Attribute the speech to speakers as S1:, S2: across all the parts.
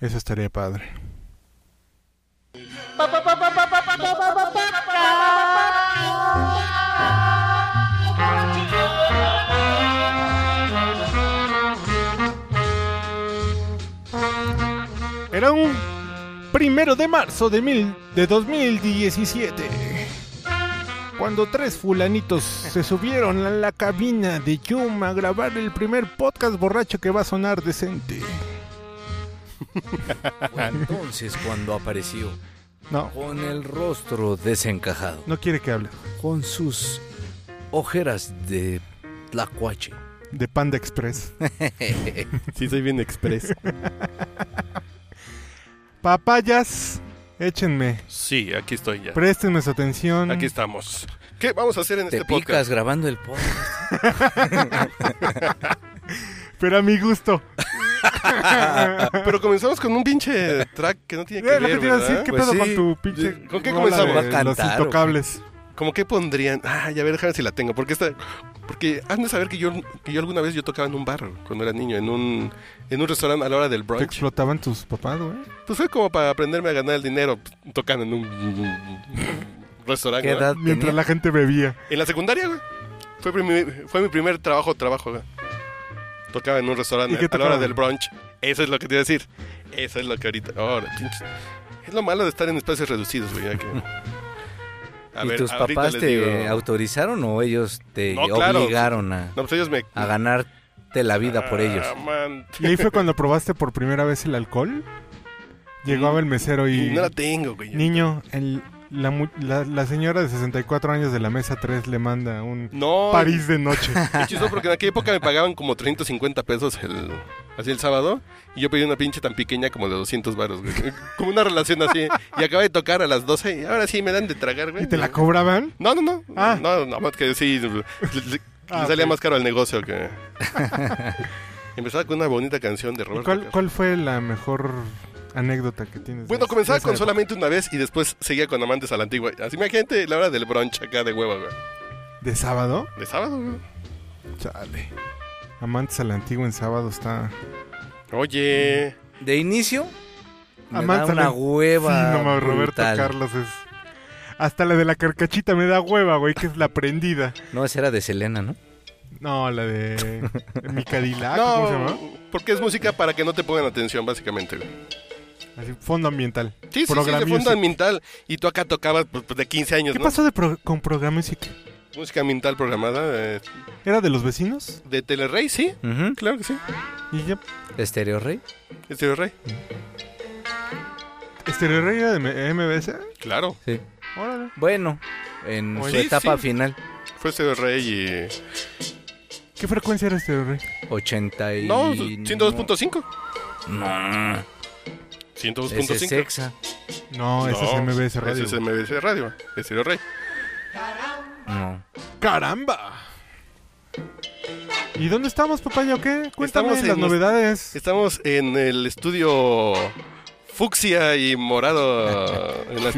S1: Eso estaría padre. Era un primero de marzo de, mil, de 2017. Cuando tres fulanitos se subieron a la cabina de Yuma a grabar el primer podcast borracho que va a sonar decente.
S2: Entonces, cuando apareció,
S1: No,
S2: con el rostro desencajado,
S1: no quiere que hable.
S2: con sus ojeras de tlacuache,
S1: De Panda Express.
S3: Sí, soy bien express.
S1: Papayas, échenme.
S4: Sí, aquí estoy ya.
S1: Préstenme su atención.
S4: Aquí estamos. ¿Qué vamos a hacer en
S2: te
S4: este
S2: picas
S4: podcast?
S2: grabando el podcast.
S1: Pero a mi gusto.
S4: Pero comenzamos con un pinche track que no tiene que
S1: Era Eh, lo que
S4: ver,
S1: te iba a
S4: ¿verdad?
S1: decir, ¿qué
S2: Pues
S1: pedo
S2: sí,
S1: con tu pinche
S4: ¿con qué
S1: rola
S4: comenzamos?
S1: de
S4: ¿Va a
S1: Los
S2: cantar o qué?
S1: intocables.
S4: ¿Cómo qué pondrían? Ay, a ver, déjame ver si la tengo. Porque esta... Porque han de saber que yo, que yo alguna vez yo tocaba en un bar cuando era niño, en un, en un restaurante a la hora del
S1: ¿Te
S4: brunch.
S1: explotaban tus papás, güey?
S4: Pues fue como para aprenderme a ganar el dinero pues, tocando en un restaurante.
S2: ¿Qué
S4: ¿verdad?
S2: edad
S1: Mientras
S2: tenía?
S1: la gente bebía.
S4: En la secundaria, güey. Fue, primi- fue mi primer trabajo, trabajo, güey. Tocaba en un restaurante
S1: ¿Y qué
S4: a la hora
S1: tocaban?
S4: del brunch. Eso es lo que te iba a decir. Eso es lo que ahorita... ahora, pinche- es lo malo de estar en espacios reducidos, güey. ya que- A
S2: ¿Y
S4: ver,
S2: tus
S4: ahorita
S2: papás
S4: les
S2: te
S4: digo-
S2: autorizaron o ellos te
S4: No, claro.
S2: obligaron a,
S4: No, pues ellos me...
S2: a ganarte la vida por ellos?
S4: Ah, man.
S1: ¿Y ahí fue cuando probaste por primera vez el alcohol? Llegaba el mesero y...
S4: No la tengo, güey.
S1: Niño, el- la, mu- la- la señora de 64 años de la mesa 3 le manda un
S4: No,
S1: París de noche.
S4: es chistoso porque en aquella época me pagaban como 350 pesos el, así el sábado y yo pedí una pinche tan pequeña como de 200 varos, güey. Como una relación así. Y acabé de tocar a las 12 y ahora sí me dan de tragar, güey.
S1: ¿Y te la cobraban?
S4: No, no, no.
S1: Ah.
S4: No, no, más que sí. Le, le-
S1: Ah,
S4: le salía
S1: ok.
S4: más caro el negocio que. Empezaba con una bonita canción de
S1: ¿Y
S4: Roberto.
S1: ¿Cuál,
S4: Carlos.
S1: cuál fue la mejor anécdota que tienes? de
S4: Bueno,
S1: ese-
S4: comenzaba
S1: de esa
S4: con
S1: época?
S4: solamente una vez y después seguía con amantes a la antigua. Así me gente la hora del brunch acá de hueva, güey.
S1: ¿De sábado?
S4: De sábado, güey.
S1: Chale. Amantes a la antigua en sábado está...
S4: Oye.
S2: De inicio, me
S1: Amantes
S2: da
S1: a la-
S2: una hueva.
S1: Sí, no mames, Roberto
S2: brutal.
S1: Carlos es... Hasta la de la carcachita me da hueva, güey, que es la prendida.
S2: No, esa era de Selena, ¿no?
S1: No, la de mi Cadillac, Ah, ¿cómo se
S4: no,
S1: llama?
S4: porque es música para que no te pongan atención, básicamente, güey.
S1: Así, fondo ambiental.
S4: Sí, sí, sí,
S1: Program
S4: de fondo
S1: Music.
S4: ambiental. Y tú acá tocabas pues, pues, de 15 años,
S1: ¿Qué
S4: ¿no?
S1: pasó de pro- con Program Music?
S4: Música ambiental programada eh,
S1: ¿Era de los vecinos?
S4: de Telerrey, sí.
S2: Ujú.
S4: Claro que sí.
S1: Y ya...
S2: Estéreo Rey.
S4: ¿Es Telerrey?
S1: ¿Estereo Rey era de M- MBS?
S4: Claro.
S2: Sí.
S1: Órale.
S2: Bueno,
S1: Oye,
S2: en su
S4: Pues sí,
S2: etapa
S4: sí.
S2: final,
S4: Fue Telerrey y.
S1: ¿Qué frecuencia era Estereo Rey?
S2: 80 y...
S4: No, 102.5.
S2: No, ese es
S4: 102.5.
S2: Exa.
S1: No, ese es MBS Radio.
S4: Ese es MBS Radio. Estéreo Rey.
S2: No.
S4: Este
S1: ¡Caramba! ¿Y dónde estamos, papaya, o qué? Cuéntame
S4: Estamos en
S1: las
S4: nos-
S1: novedades.
S4: Estamos en el estudio Fucsia y Morado. en la-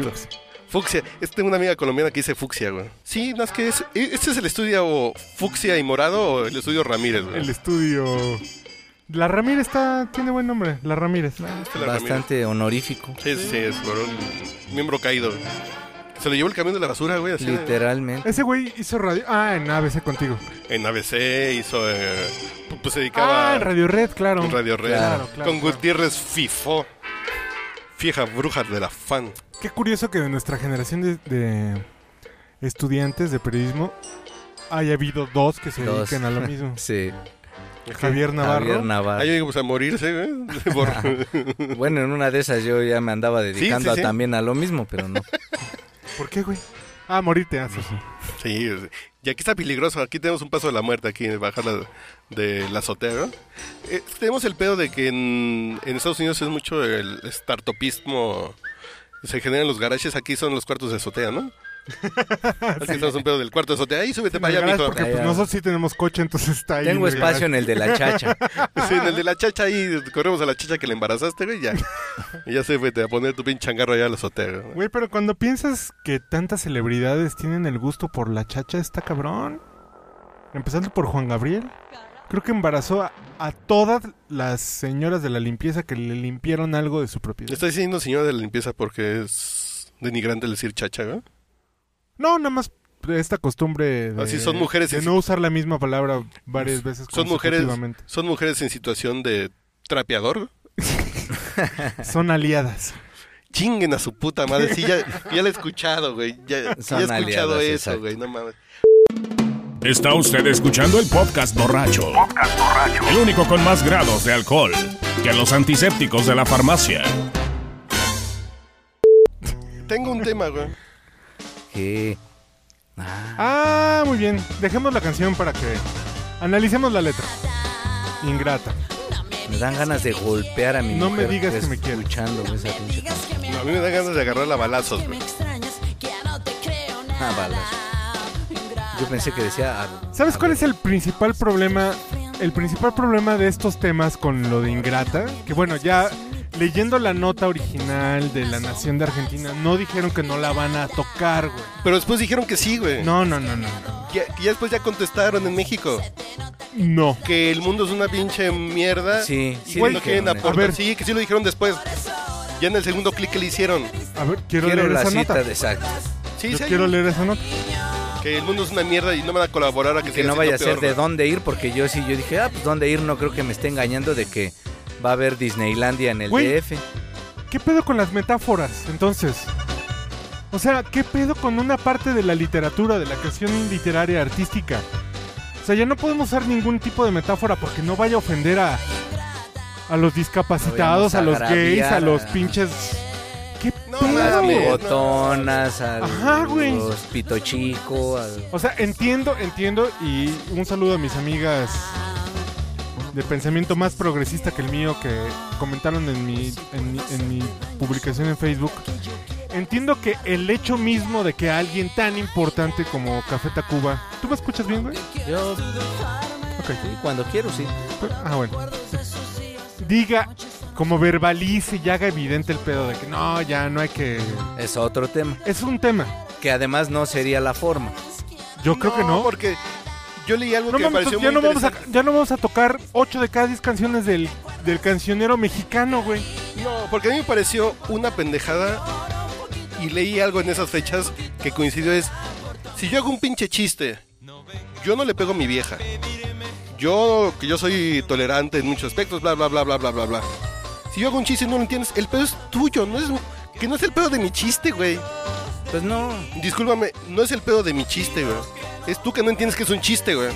S4: Fucsia. Es tengo una amiga colombiana que dice Fucsia, güey. Sí, no es que es. ¿Este es el estudio Fucsia y Morado o el estudio Ramírez, güey?
S1: El estudio... La Ramírez está... tiene buen nombre. La Ramírez.
S4: Este es la Ramírez.
S2: Bastante honorífico.
S4: Sí, sí, sí, es por un miembro caído. güey. Se lo llevó el camión de la basura, güey. Así de-
S2: Literalmente.
S1: Ese güey hizo radio... Ah, en ABC contigo.
S4: en ABC hizo. eh, pues se dedicaba.
S1: Ah, en Radio Red, claro.
S4: En Radio Red.
S2: Claro,
S1: claro,
S4: con
S1: claro.
S4: Gutiérrez Fifo. Fija bruja del afán.
S1: Qué curioso que de nuestra generación de, de estudiantes de periodismo haya habido dos que se
S2: Dos.
S1: dediquen a lo mismo.
S2: Sí.
S1: Javier Navarro.
S2: Javier
S4: Ah,
S2: Navarro.
S4: yo digo, pues a morirse, güey. Por-
S2: Bueno, en una de esas yo ya me andaba dedicando a-
S4: sí, sí.
S2: también a lo mismo, pero no.
S1: ¿Por qué, güey? Ah, morirte haces.
S4: sí, es- y aquí está peligroso. Aquí tenemos un paso de la muerte, aquí, bajar la, de la azotea, ¿no? Eh, tenemos el pedo de que en, en Estados Unidos es mucho el startupismo. Se generan los garajes, aquí son los cuartos de azotea, ¿no? Aquí estamos un pedo del cuarto de azotea. Ahí súbete para allá, mijo.
S1: porque pues,
S2: Allá.
S1: nosotros sí tenemos coche, entonces está ahí.
S2: Tengo
S1: en el
S2: espacio
S1: garage.
S2: en el de la chacha.
S4: Sí, en el de la chacha ahí, corremos a la chacha que le embarazaste, güey, ya. Y ya se vete a poner tu pinche changarro allá al azotero.
S1: Güey, pero cuando piensas que tantas celebridades tienen el gusto por la chacha, está cabrón. Empezando por Juan Gabriel. Creo que embarazó a, a todas las señoras de la limpieza que le limpiaron algo de su propiedad.
S4: Está diciendo señora de la limpieza porque es denigrante el decir chacha, ¿no?
S1: No, nada más esta costumbre de,
S4: Así son mujeres
S1: de
S4: en-
S1: no usar la misma palabra varias veces
S4: Son mujeres,
S1: consecutivamente.
S4: son mujeres en situación de trapeador.
S1: Son aliadas.
S4: Chinguen a su puta madre. Sí, ya, ya la he escuchado, güey. Ya, ya
S2: Son
S4: he escuchado
S2: aliadas,
S4: eso,
S2: exacto.
S4: güey. No mames.
S5: Está usted escuchando el podcast borracho. El único con más grados de alcohol que los antisépticos de la farmacia.
S4: Tengo un tema, güey.
S2: ¿Qué? Ah,
S1: Ah, muy bien. Dejemos la canción para que analicemos la letra. Ingrata.
S2: me dan ganas de golpear a mi
S1: No me
S2: mujer
S1: digas que me quieres.
S2: Escuchando esa pinche canción.
S4: A mí me dan ganas de agarrarla a balazos, güey.
S2: Ah, balas. Yo pensé que decía. "Ah, a-
S1: ¿Sabes
S2: a
S1: cuál
S2: ver,
S1: es el principal problema? El principal problema de estos temas con lo de Ingrata, que bueno, ya leyendo la nota original de La Nación de Argentina, no dijeron que no la van a tocar, güey.
S4: Pero después dijeron que sí, güey.
S1: No, no, no, no. no.
S4: Ya, ya después ya contestaron en México
S1: No.
S4: que el mundo es una pinche mierda.
S2: Sí,
S4: y
S2: sí
S4: que no
S2: dijeron
S4: quieren
S2: eso.
S1: A
S4: aportar.
S1: ver.
S4: Sí, que sí lo dijeron después. Ya en el segundo clic que le hicieron.
S1: A ver, quiero,
S2: Quiero
S1: leer
S2: la
S1: esa
S2: cita
S1: nota.
S2: de exacto.
S4: Sí,
S1: Yo
S4: sí,
S1: quiero leer esa nota.
S4: que el mundo es una mierda y no van a colaborar a que,
S2: Que
S4: siga
S2: no vaya a
S4: siendo
S2: ser
S4: peor,
S2: de dónde ir, porque yo sí, yo dije, ah, pues dónde ir, no creo que me esté engañando de que va a haber Disneylandia en el
S1: Güey.
S2: DF.
S1: ¿Qué pedo con las metáforas, entonces? O sea, ¿qué pedo con una parte de la literatura, de la creación literaria artística? O sea, ya no podemos usar ningún tipo de metáfora porque no vaya a ofender a, a los discapacitados,
S2: Vayamos
S1: a
S2: a
S1: los
S2: agraviar
S1: gays, a
S2: a-
S1: los pinches... ¿Qué
S4: No,
S1: pedo?
S2: Las
S4: mames.
S1: güey?
S2: bigotonas, a
S1: Ajá, güey.
S2: los pito chico, al-
S1: O sea, entiendo, entiendo y un saludo a mis amigas de pensamiento más progresista que el mío que comentaron en mi, en mi, en mi publicación en Facebook. Entiendo que el hecho mismo de que alguien tan importante como Café Tacuba... ¿Tú me escuchas bien, güey?
S2: Yo
S1: Ok.
S2: sí, cuando quiero, sí.
S1: Ah, bueno. Diga, como verbalice y haga evidente el pedo de que no, ya no hay que...
S2: Es otro tema.
S1: Es un tema.
S2: Que además no sería la forma.
S1: Yo creo que no.
S4: porque yo leí algo
S1: No
S4: que me
S1: mames,
S4: pareció
S1: pues ya
S4: muy
S1: no, vamos a,
S4: interesante.
S1: ya no vamos a tocar 8 de cada 10 canciones del, del cancionero mexicano, güey.
S4: No, porque a mí me pareció una pendejada y leí algo en esas fechas que coincidió es si yo hago un pinche chiste, yo no le pego a mi vieja. Yo que yo soy tolerante en muchos aspectos, bla bla bla bla bla bla bla. Si yo hago un chiste y no lo entiendes, el pedo es tuyo, no es que no es el pedo de mi chiste, güey.
S2: Pues no.
S4: Discúlpame, no es el pedo de mi chiste, güey. Es tú que no entiendes que es un chiste, güey.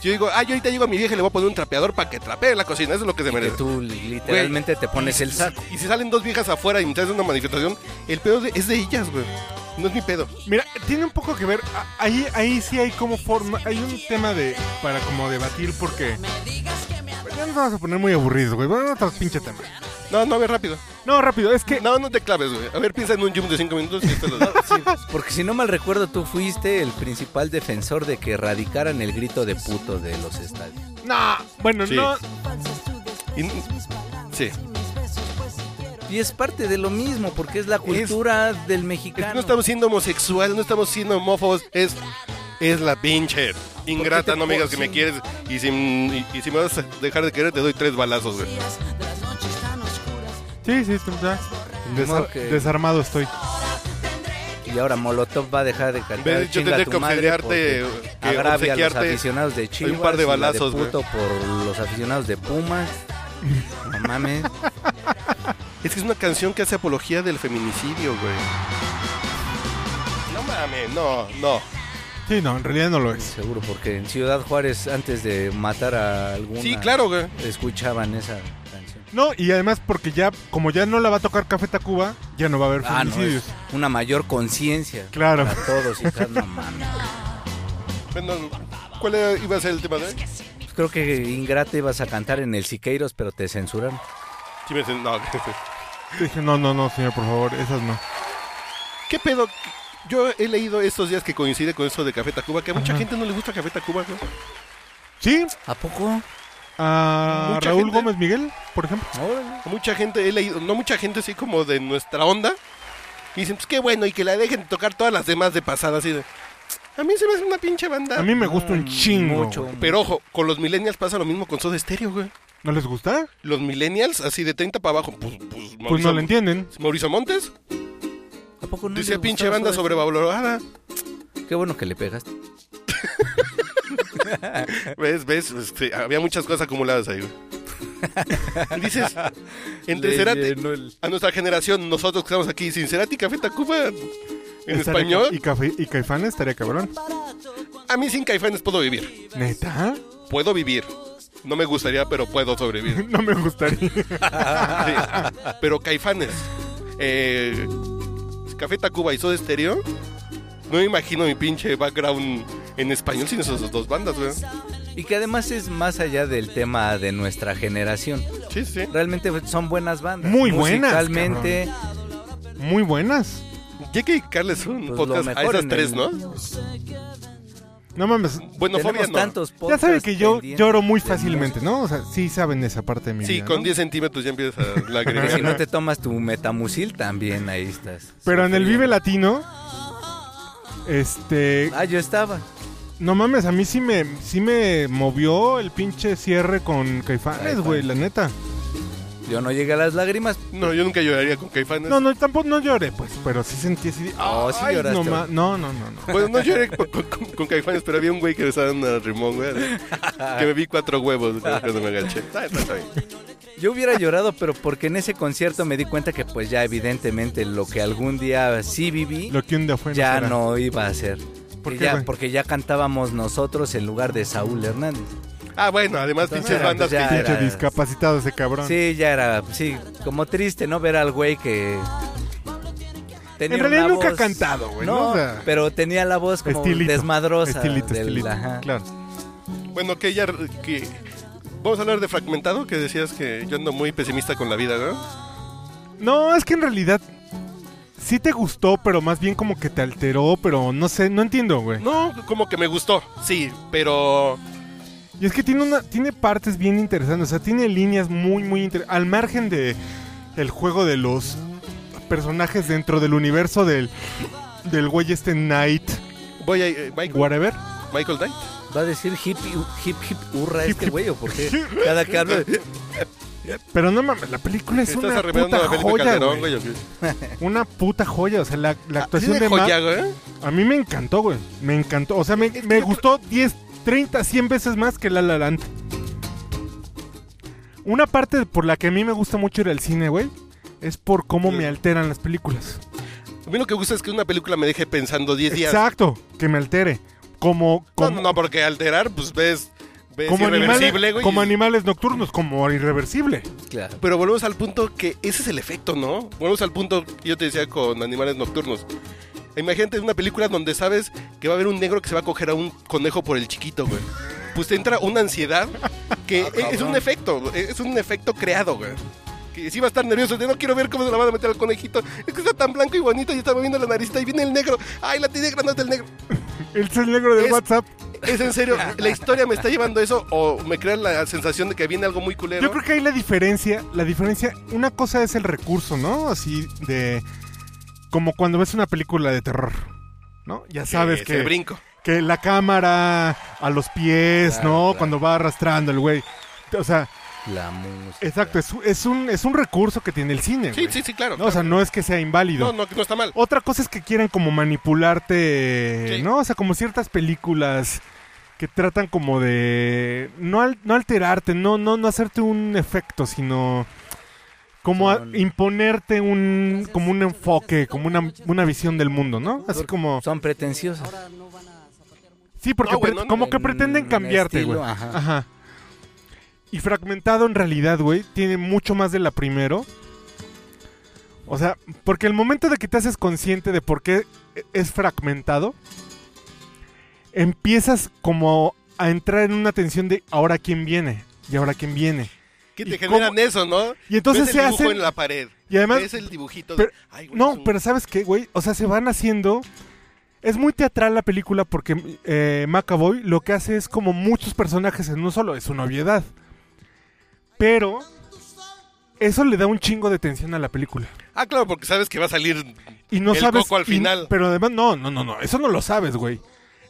S4: Si Yo digo, ah, yo ahorita llego a mi vieja y le voy a poner un trapeador para que trapee la cocina. Eso es lo que se
S2: Que
S4: merece.
S2: tú li- literalmente te pones el saco.
S4: Y si salen dos viejas afuera y me hacen una manifestación, el pedo de- es de ellas, güey. No es mi pedo.
S1: Mira, tiene un poco que ver. a- Ahí, ahí sí hay como forma. Hay un tema de para como debatir porque. pues, Ya nos vamos a poner muy aburridos, güey. Bueno, otro pinche tema.
S4: No, no, a ver, rápido.
S1: No, rápido, es que.
S4: No, no te claves, güey. A ver, piensa en un gym de cinco minutos y esto lo-
S2: Porque si no mal recuerdo, tú fuiste el principal defensor de que erradicaran el grito de puto de los estadios.
S1: No, bueno,
S4: Sí.
S1: no.
S4: Y- Sí.
S2: Y es parte de lo mismo, porque es la cultura del
S4: Es que
S2: mexicano.
S4: no estamos siendo homosexuales, no estamos siendo homófobos. Es, es la pinche ingrata, no me digas que me quieres. Y si, y, y si me vas a dejar de querer, te doy tres balazos, güey.
S1: Sí, sí, está- está.
S2: Ni modo
S1: Desar-
S2: que-
S1: Desarmado estoy.
S2: Y ahora Molotov va a dejar de
S4: Ve,
S2: cantar
S4: yo
S2: chinga
S4: tendré
S2: tu
S4: que
S2: madre
S4: obsediarte,
S2: porque
S4: eh, que
S2: agravia a los
S4: obsequiarte
S2: aficionados de Chivas
S4: un par de
S2: y la
S4: balazos, güey.
S2: puto por los aficionados de Pumas. No mames.
S4: Es que es una canción que hace apología del feminicidio, güey. No mames, no, no.
S1: Sí, no, en realidad no lo es.
S2: Seguro, porque en Ciudad Juárez, antes de matar a alguna,
S4: Sí, claro, güey.
S2: escuchaban esa canción.
S1: No, y además porque ya, como ya no la va a tocar Café Tacuba, ya no va a haber
S2: Ah, no,
S1: feminicidios.
S2: es una mayor conciencia
S1: Claro.
S2: para todos. Y tal, no mames.
S4: Bueno, ¿cuál era- iba a ser el tema de hoy?
S2: Pues Creo que Ingrata ibas a cantar en el Siqueiros, pero te censuraron.
S4: Sí, me dicen, no.
S1: Dije, no, no, no, señor, por favor, esas no.
S4: ¿Qué pedo? Yo he leído estos días que coincide con eso de Café Tacuba, que a mucha gente no le gusta Café Tacuba, güey.
S1: Sí,
S2: ¿A poco?
S1: a
S4: Mucha
S1: Raúl
S4: gente-
S1: Gómez Miguel, por ejemplo.
S2: Órale.
S4: A Mucha gente, he leído, no mucha gente así como de nuestra onda. Y dicen, pues qué bueno, y que la dejen tocar todas las demás de pasada, así de... A mí se me hace una pinche banda.
S1: A mí me gusta
S4: Mm,
S1: un chingo.
S2: Mucho.
S1: güey.
S4: Pero ojo, con los millennials pasa lo mismo con Soda Stereo, güey.
S1: ¿No les gusta?
S4: Los millennials, así de 30 para abajo, pues, pues,
S1: Pues
S4: Mauricio-
S1: no lo entienden.
S4: Mauricio Montes,
S2: ¿A poco no le
S4: dice
S2: gustaba
S4: pinche banda
S2: Soda
S4: sobrevalorada.
S2: Stereo? Qué bueno que le pegaste.
S4: ¿Ves? ¿Ves? Este, había muchas cosas acumuladas ahí, güey. Y dices, entre
S3: Le
S4: Cerati,
S3: llenó el-
S4: a nuestra generación, nosotros que estamos aquí, sin Cerati, Café Tacuba, en
S1: Estaría-
S4: español,
S1: Y, café, y Caifanes estaría cabrón.
S4: a mí sin Caifanes puedo vivir.
S1: ¿Neta?
S4: Puedo vivir. No me gustaría, pero puedo sobrevivir.
S1: No me gustaría.
S4: Sí. Pero Caifanes, eh, Café Tacuba y Soda Stereo, no me imagino mi pinche background en español sin esas dos bandas, güey.
S2: Y que además es más allá del tema de nuestra generación.
S4: Sí, sí.
S2: Realmente son buenas bandas.
S1: Muy buenas,
S2: Musicalmente,
S1: Muy buenas.
S4: Ya que Carles un
S2: Pues lo
S4: podcast a
S2: mejor
S4: esas
S2: en
S4: tres,
S2: el-
S4: ¿no?
S1: No mames.
S4: Bueno, fobia
S2: tenemos
S4: no.
S2: tantos
S1: Ya
S2: podcasts
S1: saben que yo
S2: pendientes.
S1: lloro muy fácilmente, ¿no? O sea, sí saben esa parte de mi
S4: Sí,
S1: vida,
S4: con
S1: ¿no?
S4: 10 centímetros ya empiezas a
S2: Que si no
S4: lagrimear.
S2: te tomas tu metamucil también ahí estás.
S1: Pero en el
S2: sufriendo.
S1: Vive Latino, este,
S2: Ah, yo estaba.
S1: no mames, a mí sí me, sí me movió el pinche cierre con Caifanes,
S2: Caifanes.
S1: güey, la neta.
S2: Yo no llegué a las lágrimas.
S4: No, yo nunca lloraría con Caifanes.
S1: No, no, tampoco no lloré, pues, pero sí sentí así. de,
S2: Oh, sí
S1: "Ay, no,
S2: lloraste,
S1: ma-
S2: güey".
S1: no, no, no, no.
S4: Bueno, no lloré con, con- con- con Caifanes, pero había un güey que le estaban a Rimón, güey. Que me vi cuatro huevos güey, cuando me agaché. Está- está- está bien.
S2: Yo hubiera llorado, pero porque en ese concierto me di cuenta que pues ya evidentemente lo que algún día sí viví
S1: Lo que un día fue.
S2: ya
S1: será.
S2: no iba a ser.
S1: ¿Por
S2: Que
S1: qué,
S2: ya-
S1: güey?
S2: porque ya cantábamos nosotros en lugar de Saúl Hernández.
S4: Ah, bueno, además, pinches
S2: Entonces,
S4: bandas
S2: ya
S4: que
S1: Pinche
S2: era-
S1: discapacitado ese cabrón.
S2: Sí, ya era, sí, como triste, ¿no? Ver al güey que... tenía
S1: En realidad
S2: una
S1: nunca ha
S2: voz-
S1: cantado, güey, ¿no?
S2: No,
S1: O sea,
S2: pero tenía la voz como
S1: Estilito.
S2: desmadrosa.
S1: Estilito,
S2: del-
S1: estilito.
S2: ajá.
S1: Claro.
S4: Bueno, que ya. Que... Vamos a hablar de fragmentado, que decías que yo ando muy pesimista con la vida, ¿no?
S1: No, es que en realidad sí te gustó, pero más bien como que te alteró, pero no sé, no entiendo, güey.
S4: No, como que me gustó, sí, pero.
S1: Y es que tiene una tiene partes bien interesantes, o sea, tiene líneas muy muy inter- al margen de el juego de los personajes dentro del universo del del güey este Knight
S4: Voy a. eh, Michael,
S1: whatever.
S4: Michael Knight.
S2: ¿Va a decir hip, hip, hip, hurra este güey o por qué? Cada que hablo...
S1: Pero no mames, la película es
S4: Estás
S1: una puta
S4: arreglando a Felipe
S1: joya,
S4: Calderón,
S1: güey. Ah,
S4: güey. ¿o qué?
S1: Una puta joya, o sea, la, la
S4: Sí,
S1: actuación
S4: una
S1: de Matt
S4: joya, güey. ¿eh?
S1: a mí me encantó, güey. Me encantó, o sea, me, me gustó 10, 30, 100 veces más que La La Land. Una parte por la que a mí me gusta mucho ir al cine, güey, es por cómo me alteran las películas.
S4: A mí lo que me gusta es que una película me deje pensando 10 días.
S1: Exacto, que me altere. Como,
S4: No,
S1: como,
S4: no, no, porque alterar, pues ves, ves
S1: como,
S4: irreversible,
S1: animales,
S4: güey.
S1: como
S4: y-
S1: animales nocturnos, como irreversible.
S2: Claro.
S4: Pero volvemos al punto que ese es el efecto, ¿no? Volvemos al punto que yo te decía con animales nocturnos. Imagínate una película donde sabes que va a haber un negro que se va a coger a un conejo por el chiquito, güey. Pues te entra una ansiedad
S1: Ah,
S4: que e-, es un efecto, e-, es un efecto creado, güey. Que sí va a estar nervioso, de no quiero ver cómo se la van a meter al conejito. Es que está tan blanco y bonito y está moviendo la naricita y viene el negro. Ay, la tiene granota el negro.
S1: El es el negro del
S4: Es-
S1: WhatsApp.
S4: ¿Es en serio? ¿La historia me está llevando a eso o me crea la sensación de que viene algo muy culero?
S1: Yo creo que ahí la diferencia, la diferencia, una cosa es el recurso, ¿no? Así de como cuando ves una película de terror, ¿no? Ya sabes
S4: el
S1: que, eh,
S4: brinco.
S1: que la cámara a los pies,
S2: Claro,
S1: ¿no?
S2: claro.
S1: Cuando va arrastrando el güey. O sea,
S2: La música.
S1: exacto, es, es un es un recurso que tiene el cine.
S4: Sí,
S1: güey.
S4: sí, sí, claro.
S1: No, o sea, no es que sea inválido.
S4: No, no, no está mal.
S1: Otra cosa es que quieran como manipularte,
S4: Sí.
S1: ¿no? O sea, como ciertas películas que tratan como de no, al- no alterarte, no, no, no hacerte un efecto, sino como a-
S2: Son-
S1: imponerte un como un enfoque, como una, una visión del mundo, ¿no? Así como
S2: Son pretenciosos.
S1: sí, porque
S4: No, güey,
S1: pre-
S4: no, no.
S1: como que pretenden
S2: En
S1: cambiarte,
S2: estilo,
S1: güey.
S2: ajá.
S1: Ajá. Y fragmentado en realidad, güey, tiene mucho más de la primero. O sea, porque el momento de que te haces consciente de por qué e-, es fragmentado, empiezas como a entrar en una tensión de ahora quién viene y ahora quién viene.
S4: Que
S1: ¿Y
S4: te generan
S1: cómo?
S4: eso, ¿no?
S1: Y entonces
S4: Ves el
S1: se
S4: dibujo
S1: hacen-
S4: en la pared.
S1: Y además,
S4: Ves el dibujito.
S1: pero-
S4: Ay, güey, es
S1: no,
S4: un-
S1: pero ¿sabes qué, güey? O sea, se van haciendo... Es muy teatral la película porque eh, McAvoy lo que hace es como muchos personajes en uno solo, es una obviedad. Pero eso le da un chingo de tensión a la película.
S4: Ah, claro, porque sabes que va a salir.
S1: Y no
S4: El
S1: sabes...
S4: coco al
S1: y-
S4: final.
S1: pero además, no, no, no, no, eso no lo sabes, güey.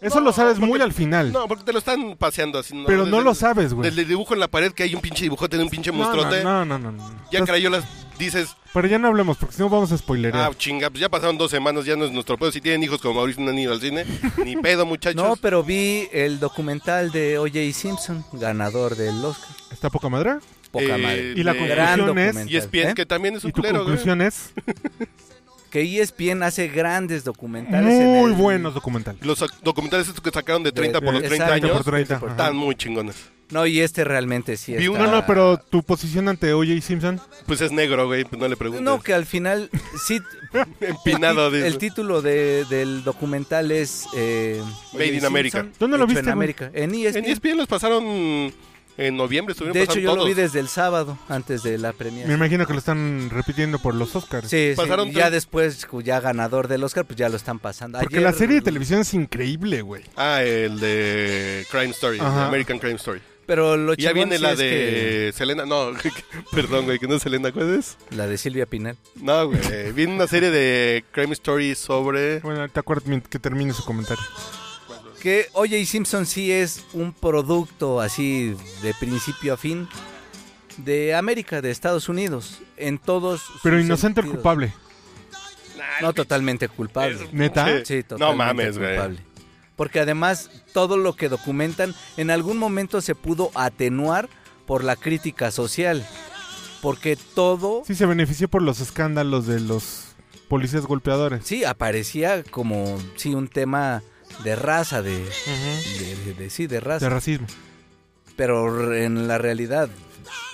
S1: Eso lo sabes muy al final.
S4: No, porque te lo están paseando así.
S1: Pero no
S4: Desde
S1: lo
S4: el-
S1: sabes, güey.
S4: Desde el dibujo en la pared que hay un pinche dibujote de un pinche
S1: No, no,
S4: monstruote.
S1: no, no, no, no.
S4: Ya crayolas dices,
S1: Pero ya no hablemos, porque si no vamos a spoilerear.
S4: ah, chinga, pues ya pasaron dos semanas, ya no es nuestro pedo. Si tienen hijos como Mauricio no han ido al cine, ni pedo, muchachos.
S2: No, pero vi el documental de O.J. Simpson, ganador del Oscar.
S1: ¿Está poca madre?
S2: Poca
S4: Eh,
S2: madre.
S1: Y la
S4: de-
S2: Gran
S1: conclusión es-
S2: documental.
S4: Y es
S2: ¿eh?
S4: que también es un
S1: Y tu
S4: culero, güey.
S1: conclusión es
S2: Que E ESPN hace grandes documentales. en
S1: muy
S2: el-
S1: buenos documentales.
S4: Los ac- documentales estos que sacaron de 30 por los
S2: de-
S4: 30
S2: exacto,
S4: años
S1: por 30, ajá.
S4: están muy chingones.
S2: No, y este realmente sí
S4: Vi
S2: está...
S4: uno,
S1: No, no, pero tu posición ante OJ Simpson.
S4: Pues es negro, güey, pues no le preguntes.
S2: No, que al final sí...
S4: Empinado,
S2: El
S4: dice.
S2: título de- del documental es... eh,
S4: Made in
S2: Simpson,
S4: America.
S1: ¿Dónde lo
S2: hecho
S1: viste,
S2: En
S1: güey?
S2: América. En E ESPN.
S4: En E ESPN los pasaron en noviembre, estuvieron
S2: De hecho,
S4: pasando
S2: yo lo
S4: todos.
S2: vi desde el sábado, antes de la
S1: Me
S2: premiación.
S1: imagino que lo están repitiendo por los Oscars.
S2: Sí, sí,
S4: Pasaron
S2: ya
S4: tres-
S2: después, ya ganador del Oscar, pues ya lo están pasando.
S1: Porque
S2: Ayer-
S1: la serie de televisión es increíble, güey.
S4: Ah, el de Crime Story,
S1: Ajá.
S4: American Crime Story.
S2: Pero lo
S4: Y ya
S2: chingón
S4: viene
S2: sí
S4: la
S2: es
S4: de Selena, no, perdón, güey, que no es Selena, ¿cuál es?
S2: que- La de Silvia Pinal.
S4: No, güey, viene una serie de Crime Story sobre...
S1: Bueno, ahorita acuérdate que termine su comentario.
S2: Que Oye, Simpson sí es un producto así de principio a fin de América, de Estados Unidos, en todos. sus
S1: Pero inocente el
S2: sentidos.
S1: culpable.
S2: No, totalmente culpable.
S1: ¿Neta?
S4: Sí.
S2: Sí, totalmente
S4: No mames, güey.
S2: culpable. Porque además todo lo que documentan en algún momento se pudo atenuar por la crítica social. Porque todo
S1: Sí se benefició por los escándalos de los policías golpeadores.
S2: Sí, aparecía como, sí, un tema de raza, de, de- de- de- sí, de
S1: De
S2: raza.
S1: racismo.
S2: Pero re- en la realidad,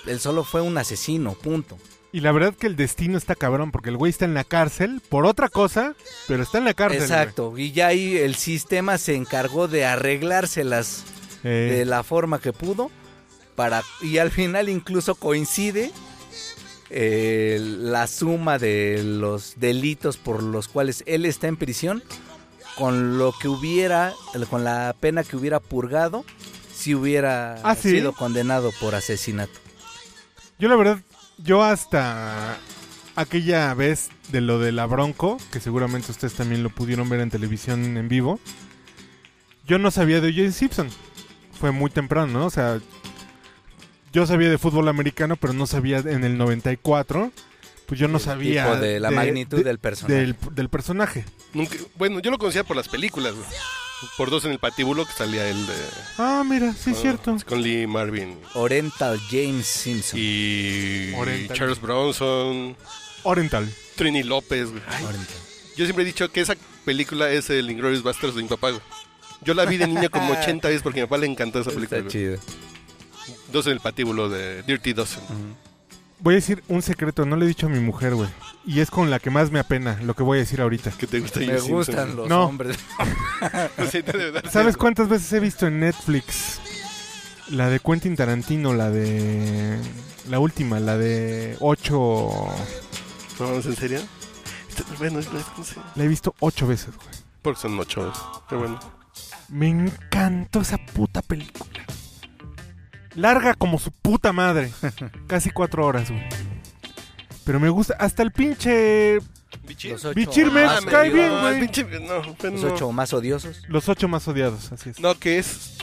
S2: él solo fue un asesino, punto.
S1: Y la verdad que el destino está cabrón, porque el güey está en la cárcel por otra cosa, pero está en la cárcel. güey.
S2: Exacto, y ya ahí el sistema se encargó de arreglárselas
S1: Eh,
S2: de la forma que pudo, para y al final incluso coincide eh, la suma de los delitos por los cuales él está en prisión con lo que hubiera, con la pena que hubiera purgado si hubiera
S1: ¿Ah, sí?
S2: sido condenado por asesinato.
S1: Yo la verdad, yo hasta aquella vez de lo de la Bronco, que seguramente ustedes también lo pudieron ver en televisión en vivo, yo no sabía de O.J. Simpson. Fue muy temprano, ¿no? O sea, yo sabía de fútbol americano, pero no sabía en el 94, pues yo no
S2: El
S1: sabía...
S2: tipo de la magnitud del personaje.
S1: Del, del personaje.
S4: Nunca- bueno, yo lo conocía por las películas, güey. Por dos en el patíbulo que salía el de...
S1: Ah, mira, sí
S2: Oh.
S1: es cierto.
S4: Con Lee Marvin
S2: Oriental James Simpson.
S4: y
S1: Oriental.
S4: Charles Bronson,
S1: Oriental.
S4: Trini López, güey. Ay,
S2: Oriental.
S4: Yo siempre he dicho que esa película es el Inglourious Basterds de mi papá, güey. Yo la vi de niña como 80 veces porque a mi papá le encantó esa película.
S2: Está
S4: güey.
S2: chido.
S4: Dos en el patíbulo de Dirty Dozen.
S1: Voy a decir un secreto, no le he dicho a mi mujer, güey. Y es con la que más me apena lo que voy a decir ahorita.
S4: Que te gusta
S2: Me
S4: Jim Simpson.
S2: gustan los
S1: No.
S2: hombres.
S4: O sea, te debe dar-
S1: ¿Sabes cuántas veces he visto en Netflix la de Quentin Tarantino, la de... La última, la de 8...
S4: No, ¿en serio? Está- Bueno, es- es- no sé.
S1: La he visto ocho veces, güey.
S4: Porque son ocho. güey. Pero bueno.
S1: Me encantó esa puta película. Larga como su puta madre. Casi cuatro horas, güey. Pero me gusta. Hasta el pinche...
S4: Bichir.
S2: ocho
S1: Bichir me
S2: más
S1: cae bien,
S2: odiosos.
S1: güey.
S4: el pinche- No, bueno,
S2: Los
S4: no.
S2: ocho más odiosos.
S1: Los ocho más odiados, así es.
S4: No, que es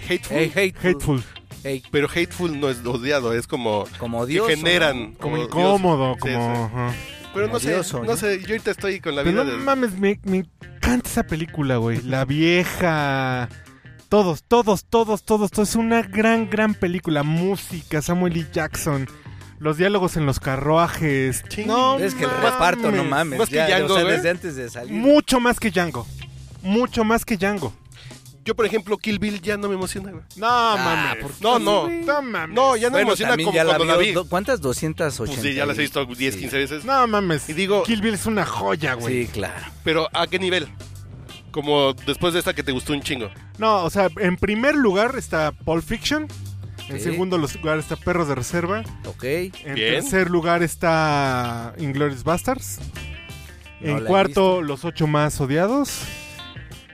S4: hateful.
S2: Hey, hateful.
S1: Hateful.
S2: Hey,
S4: Pero hateful no es odiado, es como
S2: como
S4: que
S2: odioso.
S4: generan.
S1: Como
S4: odioso.
S1: incómodo,
S4: Sí,
S1: como...
S4: sí.
S1: ajá.
S4: Pero no sé,
S2: Odioso,
S4: no
S2: ¿no?
S4: sé, yo ahorita estoy con la vida
S1: Pero
S4: de...
S1: no mames, me, me encanta esa película, güey. La vieja. Todos, todos, todos, todos, todos. Es una gran, gran película. Música, Samuel E. Jackson. Los diálogos en los carruajes.
S4: Ching.
S2: Es que el reparto, no mames.
S4: Más que ¿eh?
S2: ya,
S4: Django,
S2: o sea,
S4: güey.
S2: desde antes de salir.
S1: Mucho más que Django. Mucho más que Django.
S4: Yo, por ejemplo, Kill Bill ya no me emociona, güey.
S1: No
S2: Ah,
S1: mames.
S2: ¿por
S4: No, no.
S1: No mames.
S4: No, ya no me
S2: Bueno,
S4: emociona
S2: también
S4: como
S2: ya la
S4: cuando la
S2: vio
S4: vi.
S2: do- ¿Cuántas? 280.
S4: Pues sí, ya las he visto 10, 15 veces.
S1: No mames.
S4: Y digo-
S1: Kill Bill es una joya, güey.
S2: Sí, claro.
S4: Pero ¿a qué nivel? Como después de esta que te gustó un chingo.
S1: No, o sea, en primer lugar está Pulp Fiction. En
S2: Sí.
S1: segundo lugar está Perros de Reserva.
S2: Ok.
S1: En
S4: Bien.
S1: tercer lugar está Inglourious Basterds.
S2: No la
S1: en
S2: he
S1: cuarto, los ocho más odiados.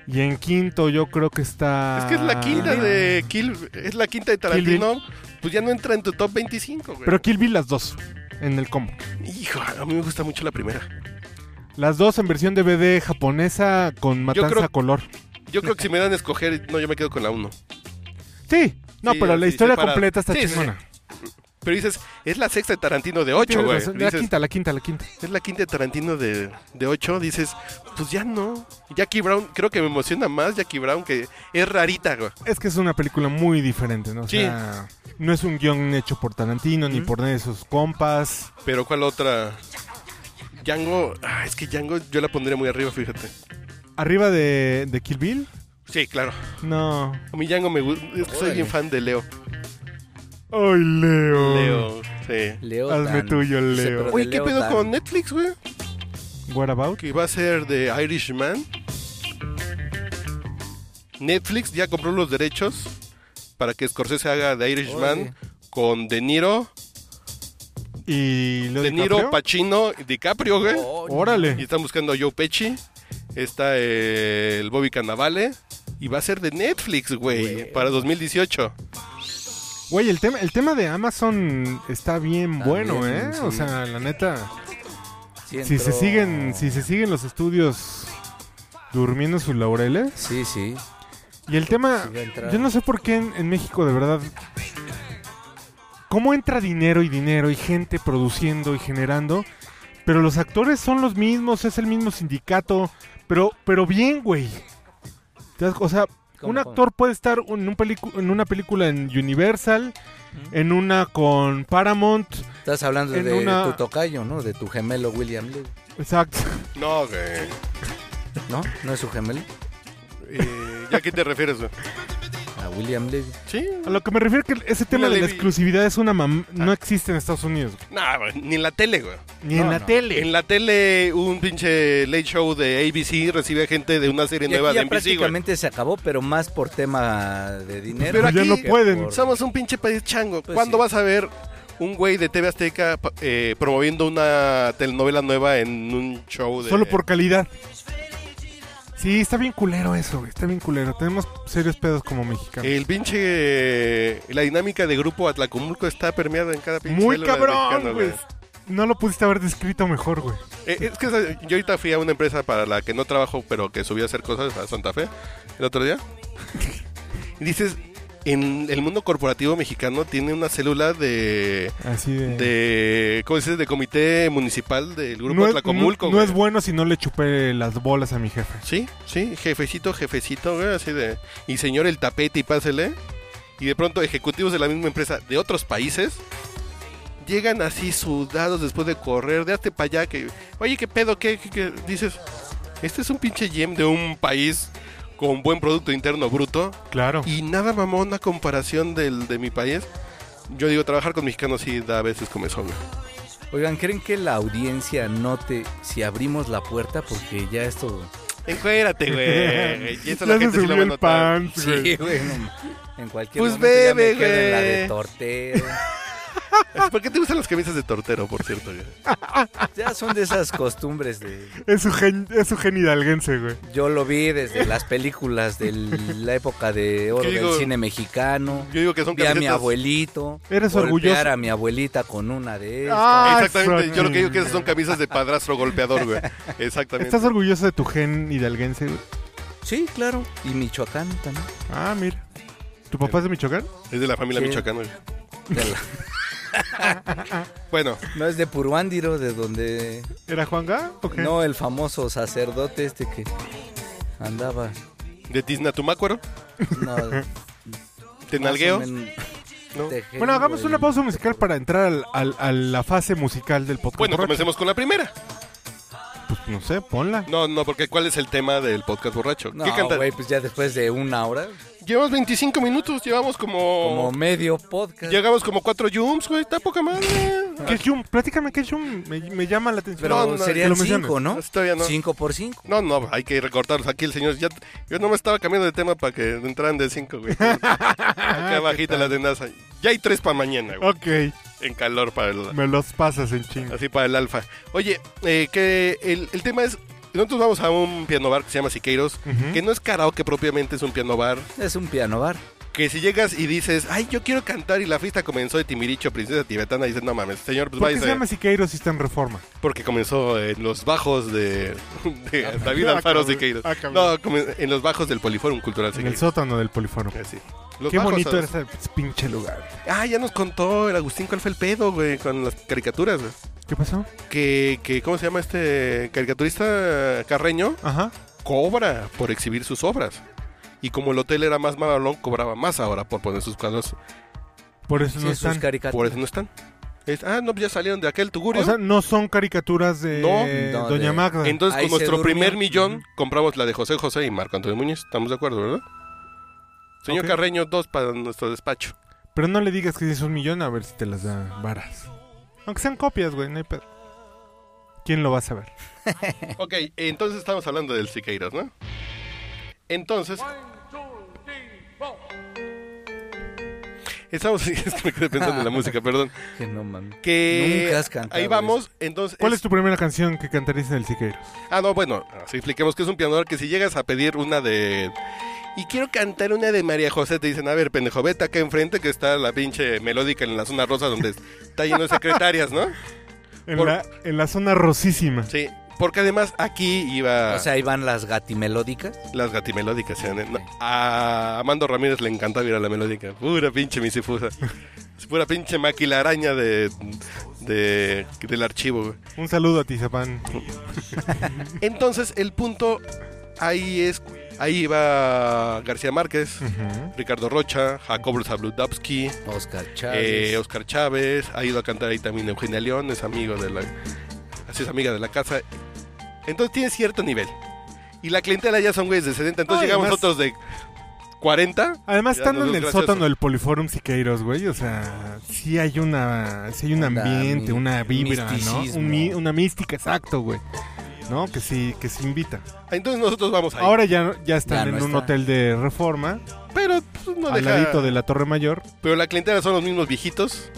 S1: Y en quinto, yo creo que está.
S4: Es que es la quinta
S1: Ah, Kill Bill.
S4: de Kill... Es la quinta de Tarantino. Pues ya no entra en tu top 25, güey.
S1: Pero Kill Bill, las dos en el combo.
S4: Hijo, a mí me gusta mucho la primera.
S1: Las dos en versión DVD japonesa con matanza
S4: creo-
S1: a color.
S4: Yo creo que si me dan a escoger, no, yo me quedo con la 1.
S1: Sí, no,
S4: Sí,
S1: pero la
S4: sí,
S1: historia
S4: separado.
S1: completa está
S4: Sí, sí,
S1: chingona.
S4: Pero dices, es la sexta de Tarantino de 8,
S1: Tienes
S4: güey.
S1: razón, la
S4: Dices,
S1: quinta, la quinta, la quinta.
S4: es la quinta de Tarantino de, de 8. Dices, pues ya no. Jackie Brown, creo que me emociona más Jackie Brown, que es rarita, güey.
S1: Es que es una película muy diferente, ¿no? O
S4: Sí.
S1: sea, no es un guión hecho por Tarantino ni por nadie de sus compas.
S4: Pero ¿cuál otra? Django, ah, es que Django yo la pondría muy arriba, fíjate.
S1: Arriba de, de Kill Bill,
S4: Sí, claro.
S1: no.
S4: A mí Django me gusta, es que soy bien fan de Leo.
S1: Ay, Leo.
S4: Leo, sí.
S2: Leo
S1: Hazme
S2: tan-
S1: tuyo,
S2: no sé,
S1: Leo.
S2: pero de
S4: Oye, ¿qué
S2: Leo
S4: pedo
S2: tan-
S4: con Netflix, güey?
S1: What about?
S4: Que va a ser de Irishman. Netflix ya compró los derechos para que Scorsese haga de Irishman
S2: Órale.
S4: con De Niro,
S1: Y lo
S4: De Niro, Pacino y DiCaprio, güey.
S2: Oh,
S4: Y
S1: Órale.
S4: están buscando a Joe Pesci. Está eh, el Bobby Cannavale. Y va a ser de Netflix, güey.
S2: Güey.
S4: Para 2018.
S1: Güey, el tema, el tema de Amazon está bien
S2: Está
S1: bueno,
S2: bien,
S1: ¿eh?
S2: sí.
S1: O sea, la neta.
S2: sí
S1: Si se
S2: entró-
S1: siguen, si se siguen los estudios durmiendo sus laureles.
S2: Sí, sí.
S1: Y el tema,
S2: Sí va a entrar.
S1: yo no sé por qué en, en México de verdad, cómo entra dinero y dinero y gente produciendo y generando, pero los actores son los mismos, es el mismo sindicato, pero, pero bien, güey. Te das- O sea,
S2: ¿Cómo,
S1: un
S2: cómo?
S1: actor puede estar en, un pelicu- en una película en Universal, en una con Paramount,
S2: Estás hablando
S1: En
S2: de
S1: una-
S2: tu tocayo, ¿no? De tu gemelo William Lee,
S1: exacto.
S4: No, güey.
S2: ¿no? ¿No es su gemelo?
S4: Eh, ¿Ya a qué te refieres, güey?
S2: A William Lee.
S4: Sí.
S1: A lo que me refiero que ese tema
S4: Una
S1: de la
S4: Levi-
S1: exclusividad es una mam- no existe en Estados Unidos, güey.
S4: No, güey, ni en la tele, güey.
S1: ni en
S2: Ah. No,
S1: la
S2: no.
S1: tele.
S4: En la tele, un pinche late show de ABC recibe gente de una serie
S2: Y
S4: nueva
S2: aquí ya
S4: de NBC, güey.
S2: prácticamente se acabó, pero más por tema de dinero.
S4: Pero
S1: Pues ya
S4: aquí-
S1: no
S4: que
S1: pueden.
S4: Somos un pinche país chango.
S2: Pues
S4: ¿Cuándo
S2: sí.
S4: vas a ver un güey de TV Azteca pa- eh, promoviendo una telenovela nueva en un show de.
S1: Solo por calidad. Sí, está bien culero eso, güey. Está bien culero. Tenemos serios pedos como mexicanos.
S4: El pinche. La dinámica de grupo Atlacomulco está permeada en cada pinche.
S1: Muy
S4: célula de
S1: cabrón,
S4: mexicanos,
S1: güey. No lo pudiste haber descrito mejor, güey.
S4: Eh, es que ¿sabes? yo ahorita fui a una empresa para la que no trabajo, pero que subí a hacer cosas a Santa Fe el otro día. y dices. En el mundo corporativo mexicano tiene una célula de.
S1: Así de.
S4: de ¿Cómo dices? De comité municipal del grupo
S1: no es,
S4: Atlacomulco.
S1: no- no
S4: güey.
S1: es bueno si no le chupé las bolas a mi jefe.
S4: Sí, sí, jefecito, jefecito, güey, así de. Y señor el tapete y pásele. Y de pronto ejecutivos de la misma empresa de otros países llegan así sudados después de correr, de hasta para allá que. Oye, qué pedo, qué, qué- qué?" dices. Este es un pinche gem de un país con buen producto interno bruto.
S1: Claro.
S4: Y nada mamón a comparación del de mi país. Yo digo, trabajar con mexicanos sí da a veces comezón. güey.
S2: Oigan, ¿creen que la audiencia note si abrimos la puerta? Porque ya esto...
S4: Encuérate, güey. Y eso la
S1: ya se
S4: gente sí
S1: subió
S4: lo va a
S1: el
S4: notar.
S1: pants, güey.
S2: güey. no, en cualquier
S4: Pues
S2: momento ya me
S4: bebe,
S2: quedo en la
S4: güey.
S2: de tortero.
S4: ¿Por qué te gustan las camisas de tortero, por cierto? güey?
S2: Ya son de esas costumbres de...
S1: Es su gen, es su gen hidalguense, güey.
S2: Yo lo vi desde las películas de la época de oro
S4: ¿Qué digo?
S2: del cine mexicano.
S4: Yo digo que son
S2: Vi a mi
S4: camisetas.
S2: abuelito.
S1: Eres
S2: golpear
S1: orgulloso.
S2: a mi abuelita con una de estas.
S1: Ah,
S4: Exactamente,
S1: eso,
S4: yo lo que digo
S1: sí.
S4: que son camisas de padrastro golpeador, güey. Exactamente.
S1: ¿Estás orgulloso de tu gen hidalguense, güey?
S2: Sí, claro. Y Michoacán también.
S1: Ah, mira. ¿Tu papá es de Michoacán?
S4: Es de la familia
S2: Sí.
S4: michoacana, güey.
S2: De la-
S4: Bueno,
S2: no es de Puruándiro, de donde...
S1: ¿Era Juanga? ¿O qué?
S2: No, el famoso sacerdote este que andaba...
S4: de Tiznatumácuaro,
S2: No, más o
S4: te nalgueo.
S2: men-
S4: ¿no?
S2: tejiendo
S1: Bueno, hagamos
S2: el-
S1: una pausa musical para entrar al- al- a la fase musical del podcast.
S4: Bueno,
S1: borracho.
S4: comencemos con la primera.
S1: Pues no sé, ponla.
S4: No, no, porque ¿cuál es el tema del podcast borracho?
S2: No,
S4: ¿Qué canta?
S2: güey, pues ya después de una hora,
S4: Llevamos 25 minutos, llevamos como...
S2: como medio podcast.
S4: Llegamos como cuatro yums, güey, está poca madre.
S1: ¿Qué Shum? Platícame qué Shum. Me, me llama la atención.
S2: Pero
S4: No, no,
S1: que
S2: serían
S1: lo
S2: cinco,
S1: menciones.
S2: ¿no?
S4: Todavía no.
S2: Cinco por cinco.
S4: No, no, hay que recortarlos. Aquí el señor ya... Yo no me estaba cambiando de tema para que entraran de cinco, güey. Acá bajita la tendaza. Ya hay tres para mañana, güey.
S1: Ok,
S4: En calor para el...
S1: me los pasas en chingo.
S4: Así para el alfa. Oye, eh, que el, el tema es, nosotros vamos a un piano bar que se llama Siqueiros,
S1: Ujú.
S4: que no es karaoke propiamente, es un piano bar
S2: Es un piano bar.
S4: que si llegas y dices, ay, yo quiero cantar y la fiesta comenzó de Timiricho, Princesa Tibetana, dices, no mames, señor, pues
S1: ¿Por qué se
S4: váyase".
S1: llama Siqueiros si está en reforma?
S4: Porque comenzó en los bajos de, de David
S3: Ah,
S4: Alfaro
S3: cabrón.
S4: Siqueiros.
S3: Ah, cabrón.
S4: No, comen- en los bajos del Poliforum Cultural
S1: En el
S4: Siqueiros.
S1: sótano del Poliforum.
S4: Eh, sí. Los
S1: Qué
S4: bajos,
S1: bonito
S4: ¿sabes?
S1: era ese pinche lugar.
S4: Ah, ya nos contó el Agustín cuál fue el pedo, güey, con las caricaturas. güey.
S1: ¿Qué pasó?
S4: Que, que, ¿cómo se llama este caricaturista Carreño?
S1: Ajá.
S4: Cobra por exhibir sus obras. Y como el hotel era más mamalón, cobraba más ahora por poner sus cuadros.
S1: Por eso
S2: Sí,
S1: no
S2: sus
S1: están.
S4: Por
S2: caricaturas.
S4: eso no están. Es- ah, no, pues ya salieron de aquel tugurio.
S1: O sea, no son caricaturas de
S4: No,
S2: no,
S1: Doña
S2: de-
S1: Magda.
S4: Entonces,
S2: Ahí
S4: con
S2: se
S4: nuestro
S2: durmió.
S4: primer millón, compramos la de José José y Marco Antonio Muñiz. ¿Estamos de acuerdo, verdad? Señor
S1: Ok.
S4: Carreño, dos para nuestro despacho.
S1: Pero no le digas que es un millón a ver si te las da varas. Aunque sean copias, güey, no hay pedo. ¿Quién lo va a saber?
S4: ok, entonces estamos hablando del Siqueiros, ¿no? Entonces. Estamos. es que me quedé pensando en la música, perdón.
S2: Que no mames.
S4: Que.
S2: Nunca has cantado
S4: ahí vamos, entonces.
S1: ¿Cuál es tu primera canción que cantarías en el Siqueiros?
S4: Ah, no, bueno, así expliquemos que es un pianador que si llegas a pedir una de... Y quiero cantar una de María José, te dicen, a ver, pendejo, vete acá enfrente que está la pinche melódica en la zona rosa donde está lleno de secretarias, ¿no?
S1: En,
S4: Por-
S1: la, en la zona rosísima.
S4: Sí, porque además aquí iba
S2: O sea, ahí van las gatimelódicas.
S4: las gatimelódicas. ¿sí? No, a Amando Ramírez le encantaba ir a la melódica, pura pinche misifusa. Es Pura pinche maquilaraña de, de- del archivo, güey.
S1: Un saludo a Tizapán.
S4: Entonces, el punto ahí es... Ahí iba García Márquez,
S1: Ujú.
S4: Ricardo Rocha, Jacob Zabludowski,
S2: Oscar Chávez.
S4: eh, Oscar Chávez, ha ido a cantar ahí también Eugenia León, es amigo de la, así es amiga de la casa. Entonces tiene cierto nivel. Y la clientela ya son güeyes de 70, entonces
S1: No, y
S4: llegamos
S1: además-
S4: nosotros de 40.
S1: Además,
S4: Ya
S1: estando
S4: nos
S1: en
S4: dio
S1: el
S4: gracioso.
S1: sótano del Poliforum Siqueiros, güey, o sea, sí hay una, sí hay un
S2: Onda,
S1: ambiente,
S2: mi-
S1: una vibra, ¿no?
S2: misticismo.
S1: Un mi- una mística, exacto, güey. ¿No? Que sí, que se invita.
S4: Entonces nosotros vamos ahí.
S1: Ahora ya, ya están
S2: Ya no
S1: en un
S2: está.
S1: hotel de reforma,
S4: pero pues, no
S1: al
S4: deja-
S1: ladito de la Torre Mayor.
S4: Pero la clientela son los mismos viejitos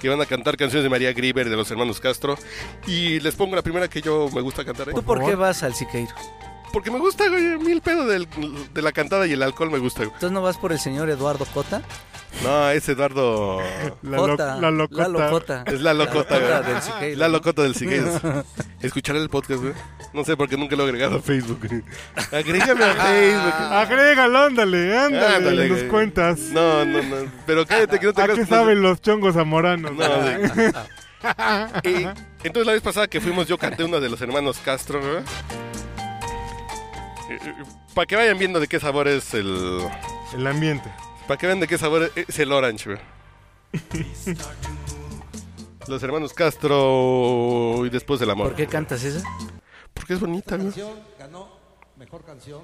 S4: que van a cantar canciones de María Grieber, de los hermanos Castro. Y les pongo la primera que yo me gusta cantar ahí.
S2: ¿Tú
S1: por
S2: por qué
S1: favor.
S2: vas al Siqueiros?
S4: Porque me gusta, güey, mil pedo del- de la cantada y el alcohol me gusta. güey.
S2: ¿Entonces no vas por el señor Eduardo Cota?
S4: No, es Eduardo...
S1: La,
S2: Cota,
S1: lo- la locota.
S2: Lalo Cota.
S4: Es la locota,
S2: La
S4: güey.
S2: del Siqueiros.
S4: La locota del Siqueiros. Escuchar el podcast, güey. No sé por qué nunca lo he agregado a Facebook. Agrégame a Facebook.
S1: Ah. Agrégalo, ándale, ándale,
S4: Ándale,
S1: nos
S4: güey.
S1: cuentas.
S4: No, no, no. Pero cállate que no te
S1: ¿A qué
S4: creas-
S1: saben los chongos zamoranos?
S4: No, sí. Y entonces la vez pasada que fuimos yo canté uno de los hermanos Castro, güey. Para que vayan viendo de qué sabor es el...
S1: El ambiente.
S4: Para que vean de qué sabor Eh, es el orange, güey. Los hermanos Castro y después del amor.
S2: ¿Por qué cantas esa?
S4: Porque es bonita, güey.
S6: canción ganó mejor canción.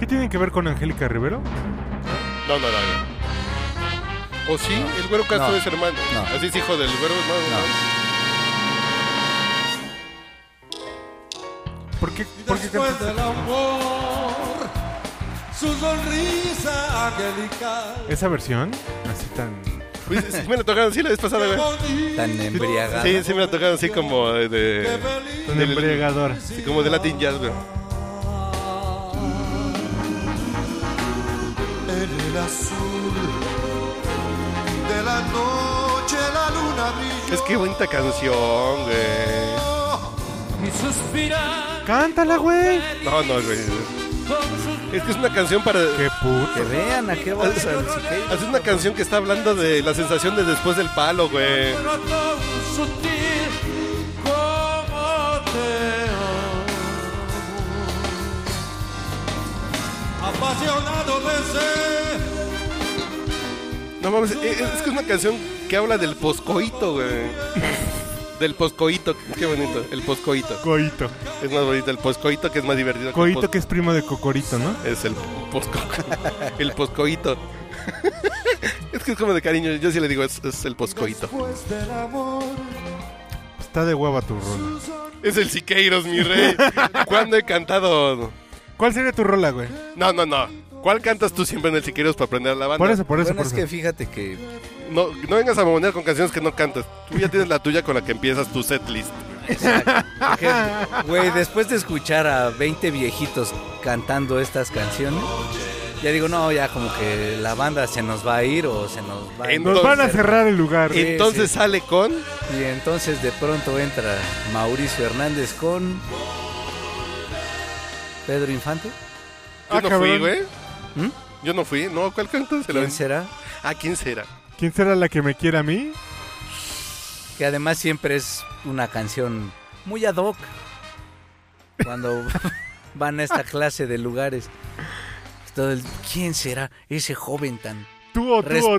S1: ¿Qué tienen que ver con Angélica Rivero?
S4: No, no, no. no. ¿O sí? El güero Castro
S2: No.
S4: es hermano.
S2: No.
S4: Así es hijo del güero. No, no.
S1: ¿Por qué, por qué
S6: Después
S1: cantas-
S6: del amor, su sonrisa angelical.
S1: esa versión? Así tan...
S4: Pues, sí me la tocaron así la vez pasada, güey.
S2: Tan embriagada.
S4: Sí, sí me la tocaron así como de... de-
S1: tan embriagadora.
S4: sí, como de Latin Jazz, güey.
S6: En el azul de la noche la luna brilló.
S4: Es que bonita canción, güey.
S7: y suspirar
S1: ¡Cántala, güey!
S4: No, no, güey.
S7: con sus
S4: Es que es una canción para...
S1: ¡Qué puto!
S2: Que vean a qué vas al Siqueiros.
S4: Es una canción que está hablando de la sensación de después del palo, güey.
S7: pero tan sutil como te
S6: Apasionado besé.
S4: No mames, es, es que es una canción que habla del poscoito, güey. Del poscoito, qué bonito. El poscoito.
S1: Coito.
S4: Es más bonito el poscoito que es más divertido. que el
S1: Coito que es primo de Cocorito, ¿no?
S4: Es el posco, el poscoito. es que es como de cariño, yo sí le digo, es, es el poscoito.
S6: Después del amor,
S1: Está de hueva tu rola.
S4: Es el Siqueiros, mi rey. ¿Cuándo he cantado?
S1: ¿Cuál sería tu rola, güey?
S4: No, no, no. ¿Cuál cantas tú siempre en el Siqueiros para aprender la banda?
S1: Por eso, por eso,
S2: Bueno,
S1: por
S2: es
S1: eso.
S2: que fíjate que
S4: No, no vengas a mamonear con canciones que no cantas. Tú ya tienes la tuya con la que empiezas tu setlist.
S2: Porque, Güey, después de escuchar a 20 viejitos cantando estas canciones, ya digo, no, ya como que la banda se nos va a ir o se nos va a
S4: En
S1: Nos van a cerrar el lugar.
S2: Sí,
S4: Entonces
S2: sí.
S4: sale con.
S2: Y entonces de pronto entra Mauricio Hernández con Pedro Infante.
S4: Yo
S1: Ah,
S4: no fui,
S1: cabrón.
S4: güey.
S2: ¿Mm?
S4: Yo no fui. No, ¿cuál canto? Se lo
S2: ¿Quién será?
S4: ¿A quién será?
S1: ¿Quién será la que me quiera a mí?
S2: Que además siempre es una canción muy ad hoc cuando van a esta clase de lugares. Todo el- ¿Quién será ese joven tan?
S1: Tú o tú o tú o tú o tú o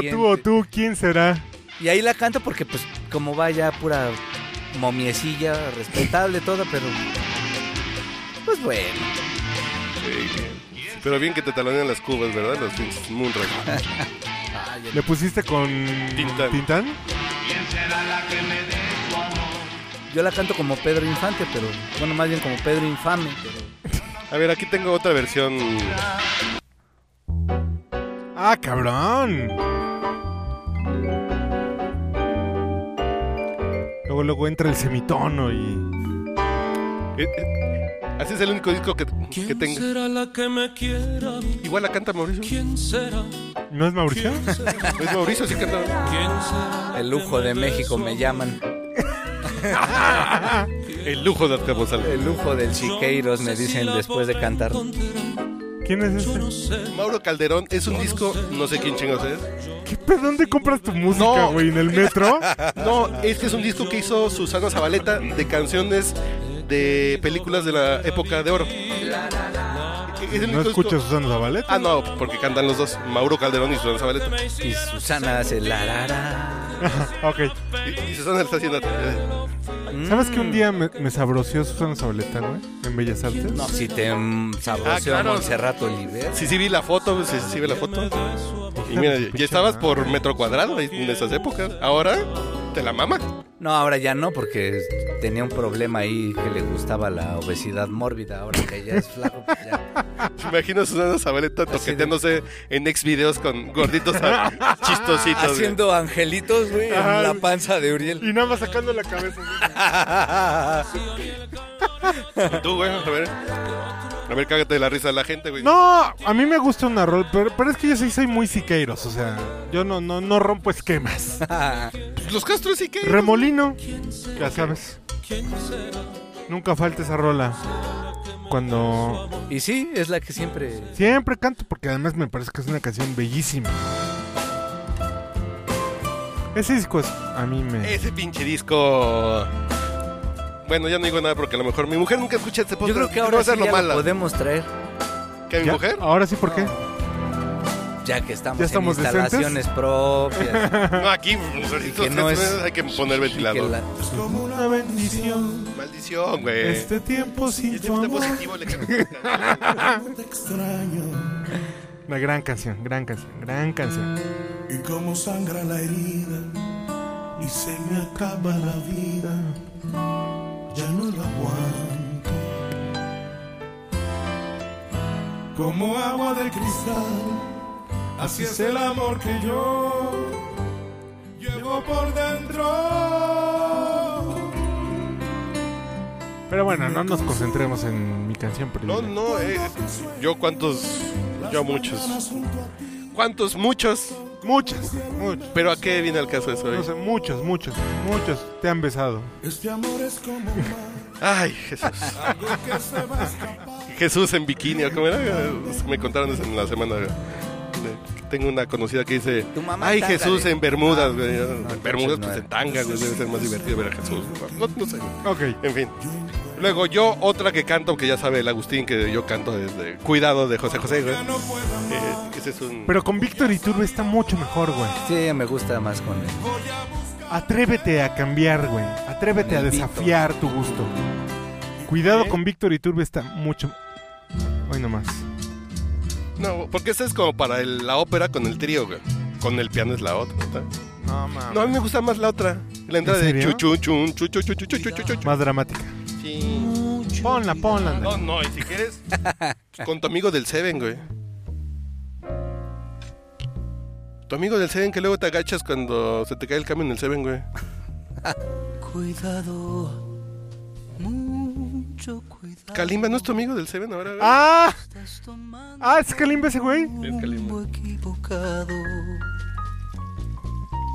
S2: Resplandeciente.
S1: tú, ¿quién será?
S2: Y ahí la canto porque pues como va ya pura momiecilla, respetable toda, pero pues bueno.
S4: Pero bien que te talonean las cubas, ¿verdad? Los pinches Moonray.
S2: Ay,
S1: ¿Le pusiste con
S4: Tintán.
S1: Tintán?
S2: Yo la canto como Pedro Infante, pero bueno, más bien como Pedro Infame, pero
S4: A ver, aquí tengo otra versión.
S1: Ah, cabrón. Luego, luego entra el semitono y...
S4: Eh, eh, Así es el único disco que, que
S7: ¿Quién
S4: tengo.
S7: será la que me quiera?
S4: Igual la canta Mauricio.
S7: ¿Quién será?
S1: ¿No es Mauricio?
S7: ¿Quién será?
S4: Es Mauricio, sí canta.
S7: ¿Quién será?
S2: el lujo de México me llaman,
S4: El lujo de Azcapotzalco.
S2: el lujo del Chiqueiros me dicen después de cantar.
S1: ¿Quién es este?
S4: Eh, Mauro Calderón es un disco, no sé quién chingos es.
S1: ¿Qué pedo? ¿Dónde compras tu música,
S4: No.
S1: güey? ¿En el metro?
S4: No, este es un disco que hizo Susana Zabaleta de canciones de películas de la época de oro. Es el
S1: ¿No
S4: único disco-
S1: escucho a Susana Zabaleta?
S4: Ah, no, porque cantan los dos, Mauro Calderón y Susana Zabaleta.
S2: Y Susana hace la la la.
S1: Ok.
S4: Y, y Susana está haciendo. eh,
S1: ¿Sabes que un día me, me sabroció Susana Zabaleta, güey? En Bellas Artes.
S2: No, si te mm,
S4: Ah,
S2: sabroseó
S4: claro.
S2: Montserrat Oliver.
S4: Sí, sí, vi la foto, sí, sí, vi la foto. Y mira, ya estabas por metro cuadrado ahí en esas épocas. Ahora te la mama.
S2: No, ahora ya no, porque tenía un problema ahí que le gustaba la obesidad mórbida. Ahora que ya es flaco, pues ya.
S4: Te imagino a Susana Zabaleta
S2: Así de-
S4: toqueteándose en ex videos con gorditos a- chistositos. güey.
S2: Haciendo angelitos, güey, en la panza de Uriel.
S1: Y nada más sacando la cabeza. güey.
S4: Tú, güey, a ver. A ver, cágate de la risa de la gente, güey.
S1: No, a mí me gusta una rol, pero, pero es que yo sí soy muy siqueiros, o sea, yo no, no, no rompo esquemas.
S4: Los Castro sí que.
S1: Remolino, ya sabes. Nunca falta esa rola. Cuando
S2: Y sí, es la que siempre.
S1: siempre canto, porque además me parece que es una canción bellísima. Ese disco es, a mí me.
S4: Ese pinche disco. Bueno, ya no digo nada porque a lo mejor mi mujer nunca escucha este
S2: Yo
S4: podcast.
S2: creo que
S4: no
S2: ahora
S4: va a
S2: sí
S4: hacerlo
S2: ya lo
S4: mala.
S2: podemos traer,
S4: ¿Que mi
S1: ¿Ya?
S4: mujer?
S1: Ahora sí, ¿por qué?
S2: ya que estamos,
S1: ¿Ya estamos
S2: en instalaciones propias.
S4: No, aquí. pues, nosotros
S2: no es-
S4: hay que poner
S2: y que
S4: ventilador.
S2: la-
S1: Como una bendición.
S4: Maldición, güey.
S1: Este tiempo sin
S4: Este
S1: tu
S4: fue
S1: amor.
S4: positivo, le canto.
S1: Una gran canción, gran canción, gran canción.
S8: Y como sangra la herida y se me acaba la vida, ya no la aguanto. Como agua de cristal, así es el amor que yo llevo por dentro.
S1: Pero bueno, no nos concentremos en mi canción
S4: No,
S1: primero.
S4: no, eh, yo cuántos, yo muchos. ¿Cuántos? Muchos.
S1: Muchas, muchas.
S4: ¿Pero a qué viene el caso eso? eh?
S1: No sé, muchos, muchos, muchos te han besado.
S8: Este amor es como un mar
S4: Ay, Jesús.
S8: que se va a escapar.
S4: Jesús en bikini, ¿o ¿cómo era? Me contaron eso en la semana. güey. De- Tengo una conocida que dice,
S2: Tu mamá
S4: ay
S2: en tanga",
S4: Jesús
S2: digo.
S4: en Bermudas, güey.
S2: entonces
S4: en Bermudas
S2: no
S4: pues
S2: era.
S4: en tanga, güey, debe ser más divertido ver a Jesús. No, no sé. güey.
S1: Ok.
S4: En fin. Luego yo otra que canto, que ya sabe el Agustín, que yo canto desde Cuidado de José José, güey. Eh, ese es un...
S1: Pero con Víctor Iturbe está mucho mejor, güey.
S2: Sí, me gusta más con él.
S1: Atrévete a cambiar, güey. Atrévete a
S2: Con el
S1: desafiar tu gusto. Cuidado con Víctor Iturbe está mucho. Hoy nomás.
S4: No, porque esta es como para el- la ópera con el trío, güey. Con el piano es la otra. ¿no?
S1: No
S4: No, a mí me gusta más la otra. La entrada
S1: ¿En
S4: de
S1: serio?
S4: chuchun, chun, chuchu, chuchu, chuchu, chuchu, chuchu.
S1: Más dramática.
S4: Sí.
S1: Ponla, ponla. Andrés.
S4: No, no, y si quieres, con tu amigo del Seven, güey.
S1: Ah.
S4: Tu amigo del Seven que luego te agachas cuando se te cae el cambio en el Seven, güey.
S7: cuidado, mucho cuidado.
S4: Kalimba no es tu amigo del Seven ahora. güey?
S1: ¡Ah!
S7: Estás tomando
S1: ¡Ah, es Kalimba ese güey!
S7: un
S4: Es Kalimba.
S7: rumbo equivocado.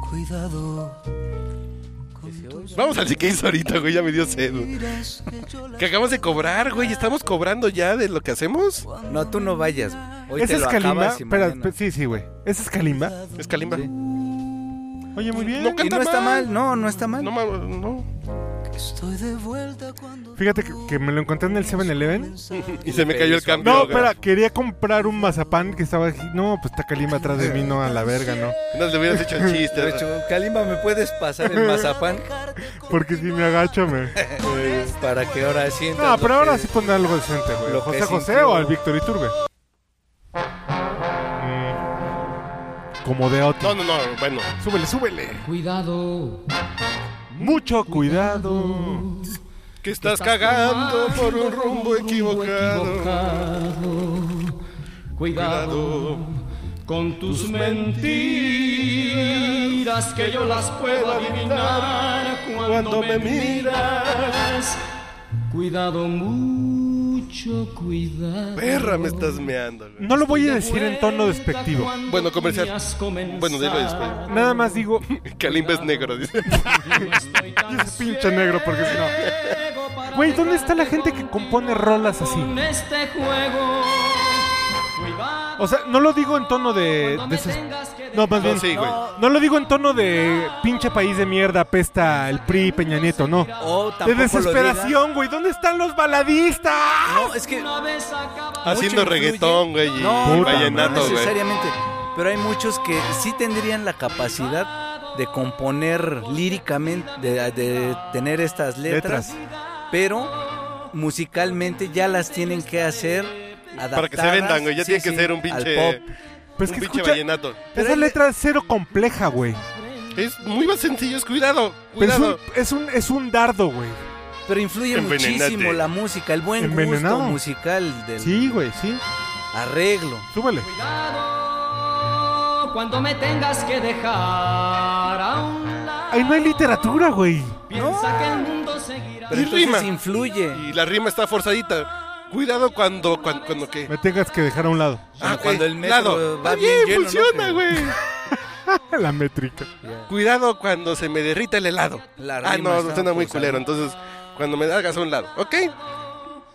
S7: Cuidado. con tus
S4: Vamos al que hizo ahorita, güey. Ya me dio sed. güey.
S7: miras que yo las
S4: Que acabamos de cobrar, güey. Estamos cobrando ya de lo que hacemos.
S2: No, tú no vayas. güey. Hoy
S1: ¿Ese
S2: te
S1: es
S2: lo
S1: Kalimba?
S2: acabas y
S1: Espera,
S2: mañana.
S1: pe- sí, sí, güey. ¿Ese es Kalimba?
S4: Es Kalimba.
S2: Sí.
S1: Oye, muy bien.
S4: No
S2: Y
S4: canta
S2: no está
S4: mal.
S2: mal, no, no está mal.
S4: No, ma- no.
S7: Estoy de vuelta cuando
S1: Fíjate que, que me lo encontré en el 7-Eleven.
S4: Y se me cayó el cambio.
S1: No,
S4: güey.
S1: espera, quería comprar un mazapán que estaba aquí. No, pues está Kalimba atrás de mí, no, a la verga, no.
S4: No le hubieras hecho el chiste.
S2: De hecho, Kalimba, ¿me puedes pasar el mazapán?
S1: Porque si me agacho, me...
S2: Pues, para que ahora sí.
S1: No,
S2: entiendas
S1: pero
S2: lo
S1: ahora
S2: que-
S1: sí pondré algo decente, güey.
S2: lo que
S1: ¿José
S2: es
S1: José
S2: incluido.
S1: o al Víctor Iturbe? Mm, Como de otro.
S4: No, no, no. Bueno.
S1: Súbele, súbele.
S9: Cuidado,
S1: Mucho cuidado.
S4: Que estás cagando por un rumbo equivocado.
S9: cuidado con tus mentiras que yo las puedo adivinar cuando me miras. Cuidado mucho, cuidado.
S4: Perra, me estás meando, güey.
S1: No lo voy a decir en tono despectivo.
S4: Bueno, comercial. Bueno, dilo después.
S1: Nada más digo,
S4: Kalimba es negro, dice.
S1: y ese pinche negro, porque si no. Güey, ¿dónde está la gente que compone rolas así?
S9: Con este juego. Cuidado.
S1: O sea, no lo digo en tono de.
S9: no
S1: de
S9: me
S1: esas-
S9: tengas que
S1: No, más bien.
S4: No, sí, güey.
S1: No lo digo en tono de pinche país de mierda, pesta el PRI, y Peña Nieto, no.
S2: O
S1: De
S2: Oh, tampoco lo digas.
S1: desesperación, güey. ¿Dónde están los baladistas?
S2: No, es que.
S4: Haciendo
S2: influye.
S4: reggaetón, güey. Y
S2: No,
S1: Puta
S4: vallenato,
S2: no
S4: güey.
S2: necesariamente. Pero hay muchos que sí tendrían la capacidad de componer líricamente, de, de tener estas letras, pero musicalmente ya las tienen que hacer
S4: Para que se
S2: adaptadas,
S4: vendan, güey. Ya
S2: sí,
S4: tiene que
S2: sí,
S4: ser un
S2: al
S4: pinche.
S2: pop.
S1: Pues
S4: un
S1: que
S4: pinche
S1: escucha,
S4: vallenato.
S1: esa letra es cero compleja, güey.
S4: Es muy más sencillo, es cuidado.
S1: Pero es un,
S4: Cuidado.
S1: es un, es un dardo, güey.
S2: Pero influye
S4: Envenenate.
S2: muchísimo la música, el buen
S1: Envenenado.
S2: gusto musical del
S1: Sí, güey, sí.
S2: arreglo.
S1: Súbele.
S9: Cuidado cuando me tengas que dejar a un lado.
S1: Ahí no hay literatura, güey.
S9: Piensa que el mundo seguirá.
S2: Pero
S4: Y
S2: entonces
S4: rima.
S2: influye.
S4: Y la rima está forzadita. Cuidado cuando. Cuando, cuando qué.
S1: Me tengas que dejar a un lado.
S2: Como
S4: ok,
S2: cuando el metro
S4: lado.
S2: va
S4: Está
S2: bien lleno, ¿no?
S4: funciona,
S2: Que-
S4: güey.
S1: la métrica.
S4: Cuidado cuando se me derrita el helado.
S2: La
S4: ah,
S2: rima
S4: no,
S2: está
S4: suena muy
S2: forzada.
S4: culero. Entonces, cuando me hagas a un lado, ok.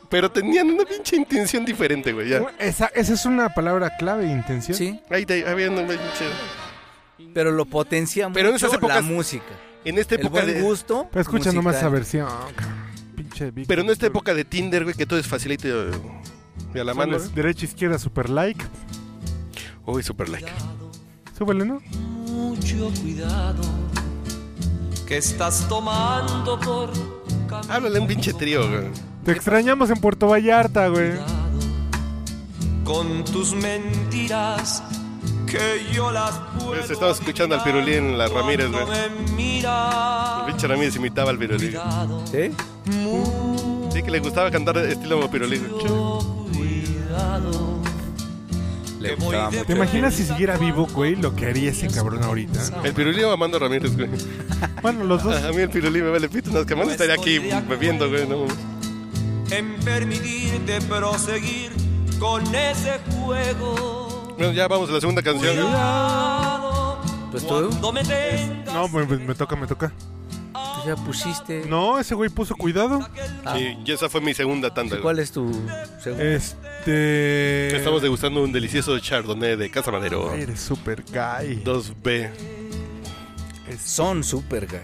S4: Pero tenían una pinche intención diferente, güey. Ya.
S1: Esa, esa es una palabra clave, intención.
S2: Sí,
S4: Ahí te- había una pinche-
S2: pero lo potencia
S4: Pero en
S2: mucho
S4: esas
S2: la
S4: épocas-
S2: música.
S4: En esta
S2: El
S4: época
S2: buen
S4: de.
S2: gusto.
S1: Pero escucha nomás esa versión.
S2: musical.
S1: cabrón. Pinche Vic.
S4: Pero en esta época de Tinder, güey, que todo es facilito eh, y a la mano.
S1: Súbele. Derecha, izquierda, super like.
S4: güey. Uy, super like.
S1: Súbele, ¿no?
S7: mucho cuidado que estás tomando por camino
S4: Háblale a un pinche trío, güey.
S1: Te extrañamos en Puerto Vallarta, güey.
S7: con tus mentiras que yo las puedo
S4: Pues estaba escuchando al Pirulí en la Ramírez,
S7: cuando
S4: güey.
S7: me miras.
S4: El pinche Ramírez imitaba al Pirulí. güey.
S7: Cuidado,
S2: ¿Sí?
S4: Sí, que le gustaba cantar estilo Pirulí. güey.
S7: cuidado
S2: Le
S7: voy
S2: gustaba
S7: de-
S1: ¿Te imaginas si siguiera vivo, güey, lo que haría ese cabrón ahorita?
S4: El Pirulí o Amando Ramírez, güey.
S1: Bueno, los dos.
S4: A mí el Pirulí me vale pito. No, que Amando estaría aquí bebiendo, güey. No.
S7: en permitirte proseguir con ese juego.
S4: Bueno, ya vamos a la segunda canción. güey.
S7: Cuidado
S2: Pues tú
S7: cuando me tengas
S1: No, pues me, toca, me toca.
S2: tú ya pusiste.
S1: No, ese güey puso cuidado.
S4: Sí, y esa fue mi segunda tanda. güey.
S2: ¿Cuál es tu segundo?
S1: Eh. Este.
S4: Estamos degustando un delicioso chardonnay de Casa Madero.
S1: Eres super gay.
S4: 2B.
S2: Son super guys.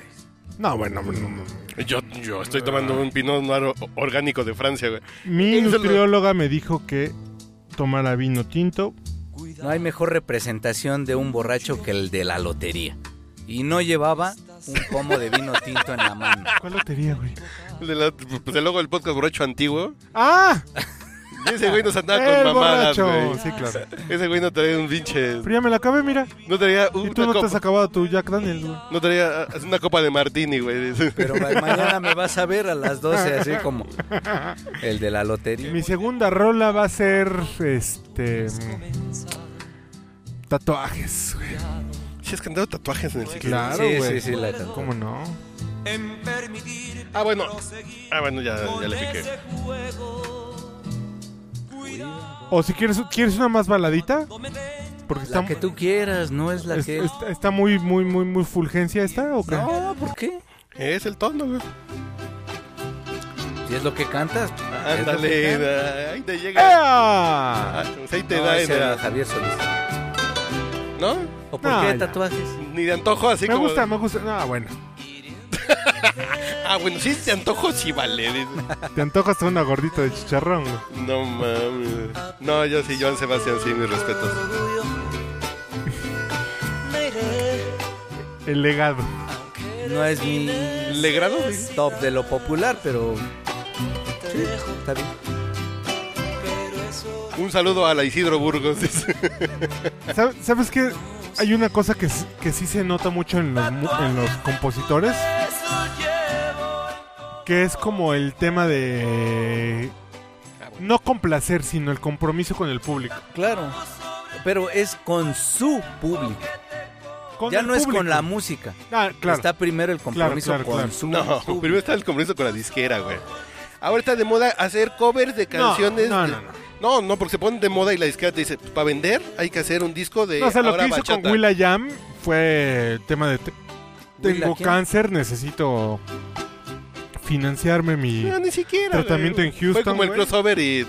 S1: No, bueno, no, no.
S4: Yo, yo estoy tomando un pinot noir o- orgánico de Francia, güey.
S1: Mi
S4: Eso lo-
S1: nutrióloga me dijo que tomara vino tinto.
S2: No hay mejor representación de un borracho que el de la lotería. Y no llevaba un pomo de vino tinto en la mano.
S1: ¿Cuál lotería, güey?
S4: De la- pues el logo del podcast borracho antiguo.
S1: ¡Ah!
S4: Y ese güey nos andaba
S1: ¡El
S4: con mamadas,
S1: borracho!
S4: güey.
S1: Sí, claro.
S4: Ese güey no traía un pinche.
S1: Pero ya me la acabé, mira.
S4: No traía
S1: Y
S4: una
S1: tú no te has
S4: copa.
S1: acabado tu Jack Daniel, güey.
S4: No traía ah, una copa de martini, güey.
S2: Pero ma- mañana me vas a ver a las 12, así como el de la lotería.
S1: Mi segunda rola va a ser este mm, tatuajes, güey.
S4: Sí, has cantado tatuajes en el ciclo.
S1: Claro,
S2: sí,
S1: güey.
S2: sí, sí, la-
S1: ¿Cómo no?
S7: en permitir
S4: Ah, bueno. Ah, bueno, ya, ya le piqué.
S7: ese juego.
S1: O si quieres, ¿quieres una más baladita? Porque está,
S2: La que tú quieras, no es la
S1: es-
S2: que...
S1: está- está muy, muy, muy, muy fulgencia esta, ¿o qué?
S2: No, ¿por qué?
S4: Es el tono, güey.
S2: Si es lo que cantas. pues, es lo
S1: Ah,
S2: que
S4: Ándale,
S2: cantas.
S4: da- ahí te
S1: ¡Eh!
S4: llega.
S1: ¡Ea!
S4: Ah, pues ahí te
S2: No,
S4: da,
S2: ese era
S4: era,
S2: Javier Solís.
S4: ¿no?
S2: ¿O por
S1: No,
S2: qué
S1: ya.
S2: tatuajes?
S4: Ni de antojo, así
S1: Me
S4: como.
S1: gusta, me gusta. Ah, bueno.
S4: Ah, bueno, sí, de antojo sí vale. dice.
S1: Te antojas una gordita de chicharrón, güey.
S4: No mames. No, yo sí, Joan Sebastián, sí, mis respetos.
S1: El legado.
S2: No es mi
S4: Legrado,
S2: top de lo popular, pero... Sí, está bien.
S4: Un saludo a la Isidro Burgos. dice.
S1: ¿Sabes, sabes qué? Hay una cosa que, s- que sí se nota mucho en los, mu- en los compositores. Que es como el tema de... No complacer, sino el compromiso con el público.
S2: Claro. Pero es con su público.
S1: Con
S2: ya
S1: el
S2: no es
S1: público.
S2: con la música.
S1: Ah, claro.
S2: Está primero el compromiso
S1: Claro, claro,
S2: con
S1: claro.
S2: su
S4: No,
S2: público.
S4: primero está el compromiso con la disquera, güey. Ahora está de moda hacer covers de canciones.
S1: no,
S4: de-
S1: no, no.
S4: No, no, porque se ponen de moda y la disquera te dice, para vender hay que hacer un disco de
S1: No, o sea, lo
S4: ahora
S1: que hizo
S4: bachata".
S1: con Willa Jam fue el tema de... te-
S2: Willa,
S1: tengo
S2: ¿quién?
S1: cáncer, necesito financiarme mi...
S4: Eh, No, ni siquiera.
S1: Tratamiento
S4: güey.
S1: en Houston,
S4: Fue como el
S1: güey.
S4: crossover y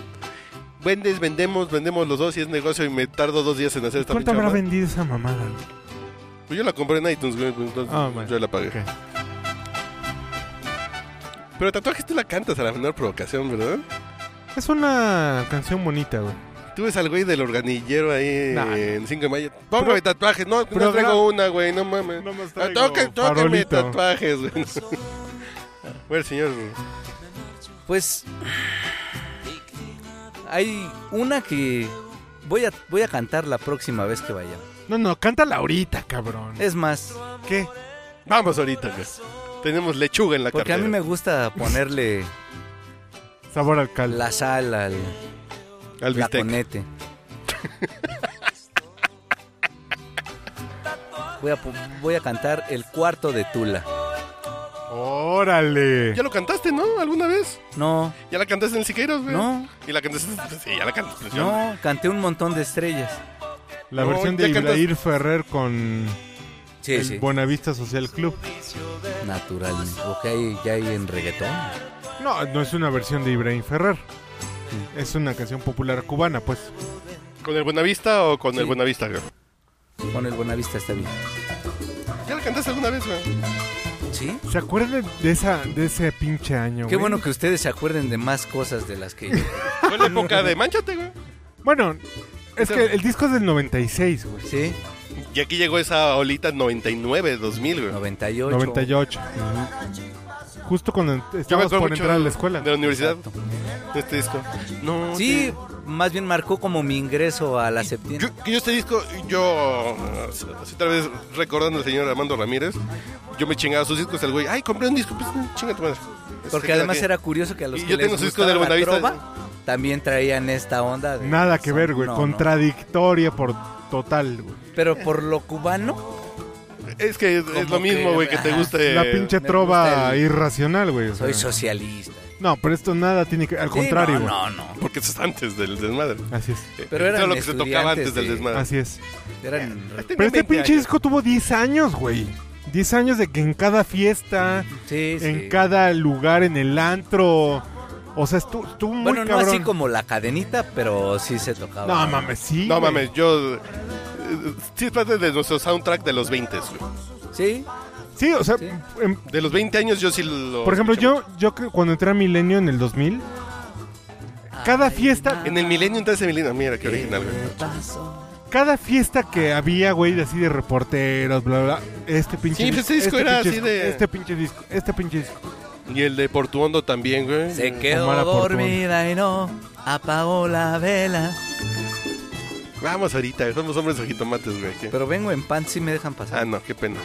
S4: vendes, vendemos, vendemos los dos y es negocio y me tardo dos días en hacer esta
S1: ¿Cuánto
S4: pinche
S1: habrá
S4: mamada.
S1: vendido esa mamada? güey?
S4: Pues yo la compré en iTunes, güey, pues, entonces
S1: Ah, bueno.
S4: yo la pagué.
S1: Ok.
S4: Pero tatuajes tú la cantas a la menor provocación, ¿verdad?
S1: Es una canción bonita, güey.
S4: Tú ves al güey del organillero ahí
S1: Nah.
S4: en 5 de mayo. Póngame tatuajes, no, no
S1: Progra-
S4: traigo una, güey, no mames.
S1: Nomás
S4: Ah,
S1: traigo
S4: toque- tóqueme
S1: farolito.
S4: tatuajes, güey. Bueno, señor,
S2: Pues hay una que voy a, voy a cantar la próxima vez que vaya.
S1: No, no, cántala ahorita, cabrón.
S2: Es más,
S1: ¿Qué?
S4: vamos ahorita, güey. Tenemos lechuga en la
S2: porque
S4: cartera.
S2: a mí me gusta ponerle
S1: Sabor al cal.
S2: la sal al
S4: Al bistec.
S2: taconete. Voy a, pu- voy a cantar el cuarto de Tula.
S1: Órale.
S4: Ya lo cantaste, ¿no? ¿Alguna vez?
S2: No,
S4: Ya la cantaste en Siqueiros, güey.
S2: no,
S4: Y la cantaste. Sí, ya la cantaste.
S2: no, canté un montón de estrellas.
S1: La
S4: No,
S1: versión de
S4: ya cantas-
S1: Ibrahim Ferrer con
S2: Sí,
S1: el
S2: sí,
S1: Buenavista Social Club.
S2: naturalmente. ¿O que hay, ya hay en reggaetón?
S1: No, no es una versión de Ibrahim Ferrer. Es una canción popular cubana, pues.
S4: ¿Con el Buenavista o con
S2: Sí.
S4: el Buenavista, güey?
S2: Con el Buenavista está bien.
S4: ¿Ya la cantaste alguna vez, güey?
S2: ¿Sí?
S1: ¿Se acuerdan de esa de ese pinche año?
S2: Qué
S1: güey?
S2: bueno que ustedes se acuerden de más cosas de las que yo.
S4: Fue la época de Manchate, güey.
S1: Bueno, es
S4: Ese-
S1: que el disco es del 96, güey.
S2: pues, ¿Sí?
S4: Y aquí llegó esa olita 99, 2000, güey.
S2: 98.
S1: 98. Justo cuando ent-
S4: Yo me
S1: estabas
S4: acuerdo
S1: por
S4: mucho
S1: entrar a la escuela.
S4: De la universidad. de Este disco. No.
S2: Sí, más bien marcó como mi ingreso a la septiembre.
S4: Yo, que yo este disco, yo, así tal vez recordando al señor Armando Ramírez, yo me chingaba sus discos, el güey, ay, compré un disco, pues chinga tu madre. Se
S2: Porque
S4: queda
S2: además
S4: aquí.
S2: era curioso que a los
S4: Este, Y
S2: que
S4: yo
S2: les
S4: tengo su disco
S2: gustaba
S4: del
S2: la
S4: Buenavista. ¿eh?
S2: trova, también traían esta onda. de-
S1: Nada que ver, güey.
S2: No, no.
S1: Contradictoria por total, güey.
S2: Pero por lo cubano,
S4: Es que es, es
S2: Como
S4: lo mismo,
S2: que-
S4: güey, que te
S2: ajá.
S4: guste.
S1: La pinche
S2: Este, me
S1: trova
S2: gusta el-
S1: irracional, güey. o sea.
S2: soy socialista.
S1: No, pero esto nada tiene que... Al
S2: Sí,
S1: contrario, güey.
S2: No, no, no.
S4: Porque eso es antes del desmadre.
S1: Así es,
S2: Pero eran
S4: Todo lo que se tocaba
S2: estudiantes
S4: antes del
S2: de-
S4: desmadre.
S1: así es.
S2: Eran-
S1: Pero este pinche disco tuvo 10 años, güey. 10 años de que en cada fiesta,
S2: Sí, sí.
S1: en cada lugar, en el antro... O sea, estu- estuvo, muy
S2: Bueno, no
S1: cabrón.
S2: así como la cadenita, pero sí se tocaba.
S1: No, mames, sí.
S4: No
S1: güey.
S4: mames, yo. eh, Sí, es parte de nuestro soundtrack de los 20, güey.
S2: Sí,
S1: Sí, o sea,
S2: Sí.
S1: em,
S4: De los 20 años yo sí lo.
S1: por ejemplo,
S4: escuchaba.
S1: yo, yo que cuando entré a Milenio en el 2000, cada fiesta,
S4: En el milenio, entonces en milenio. Mira, qué original, güey.
S1: cada fiesta que había, güey, así de reporteros, bla, bla, bla, este pinche
S4: Sí, pues, este disco era
S1: pinche
S4: así
S1: disco,
S4: de-
S1: Este pinche disco, este pinche disco.
S4: Y el de Portuondo también, güey.
S2: Se
S1: eh, Omar
S2: quedó
S1: Aportón.
S2: dormida y no apagó la vela.
S4: Vamos ahorita, somos hombres de jitomates, güey. ¿qué?
S2: Pero vengo en pan, sí me dejan
S4: Ah,
S2: pasar.
S4: no, qué pena.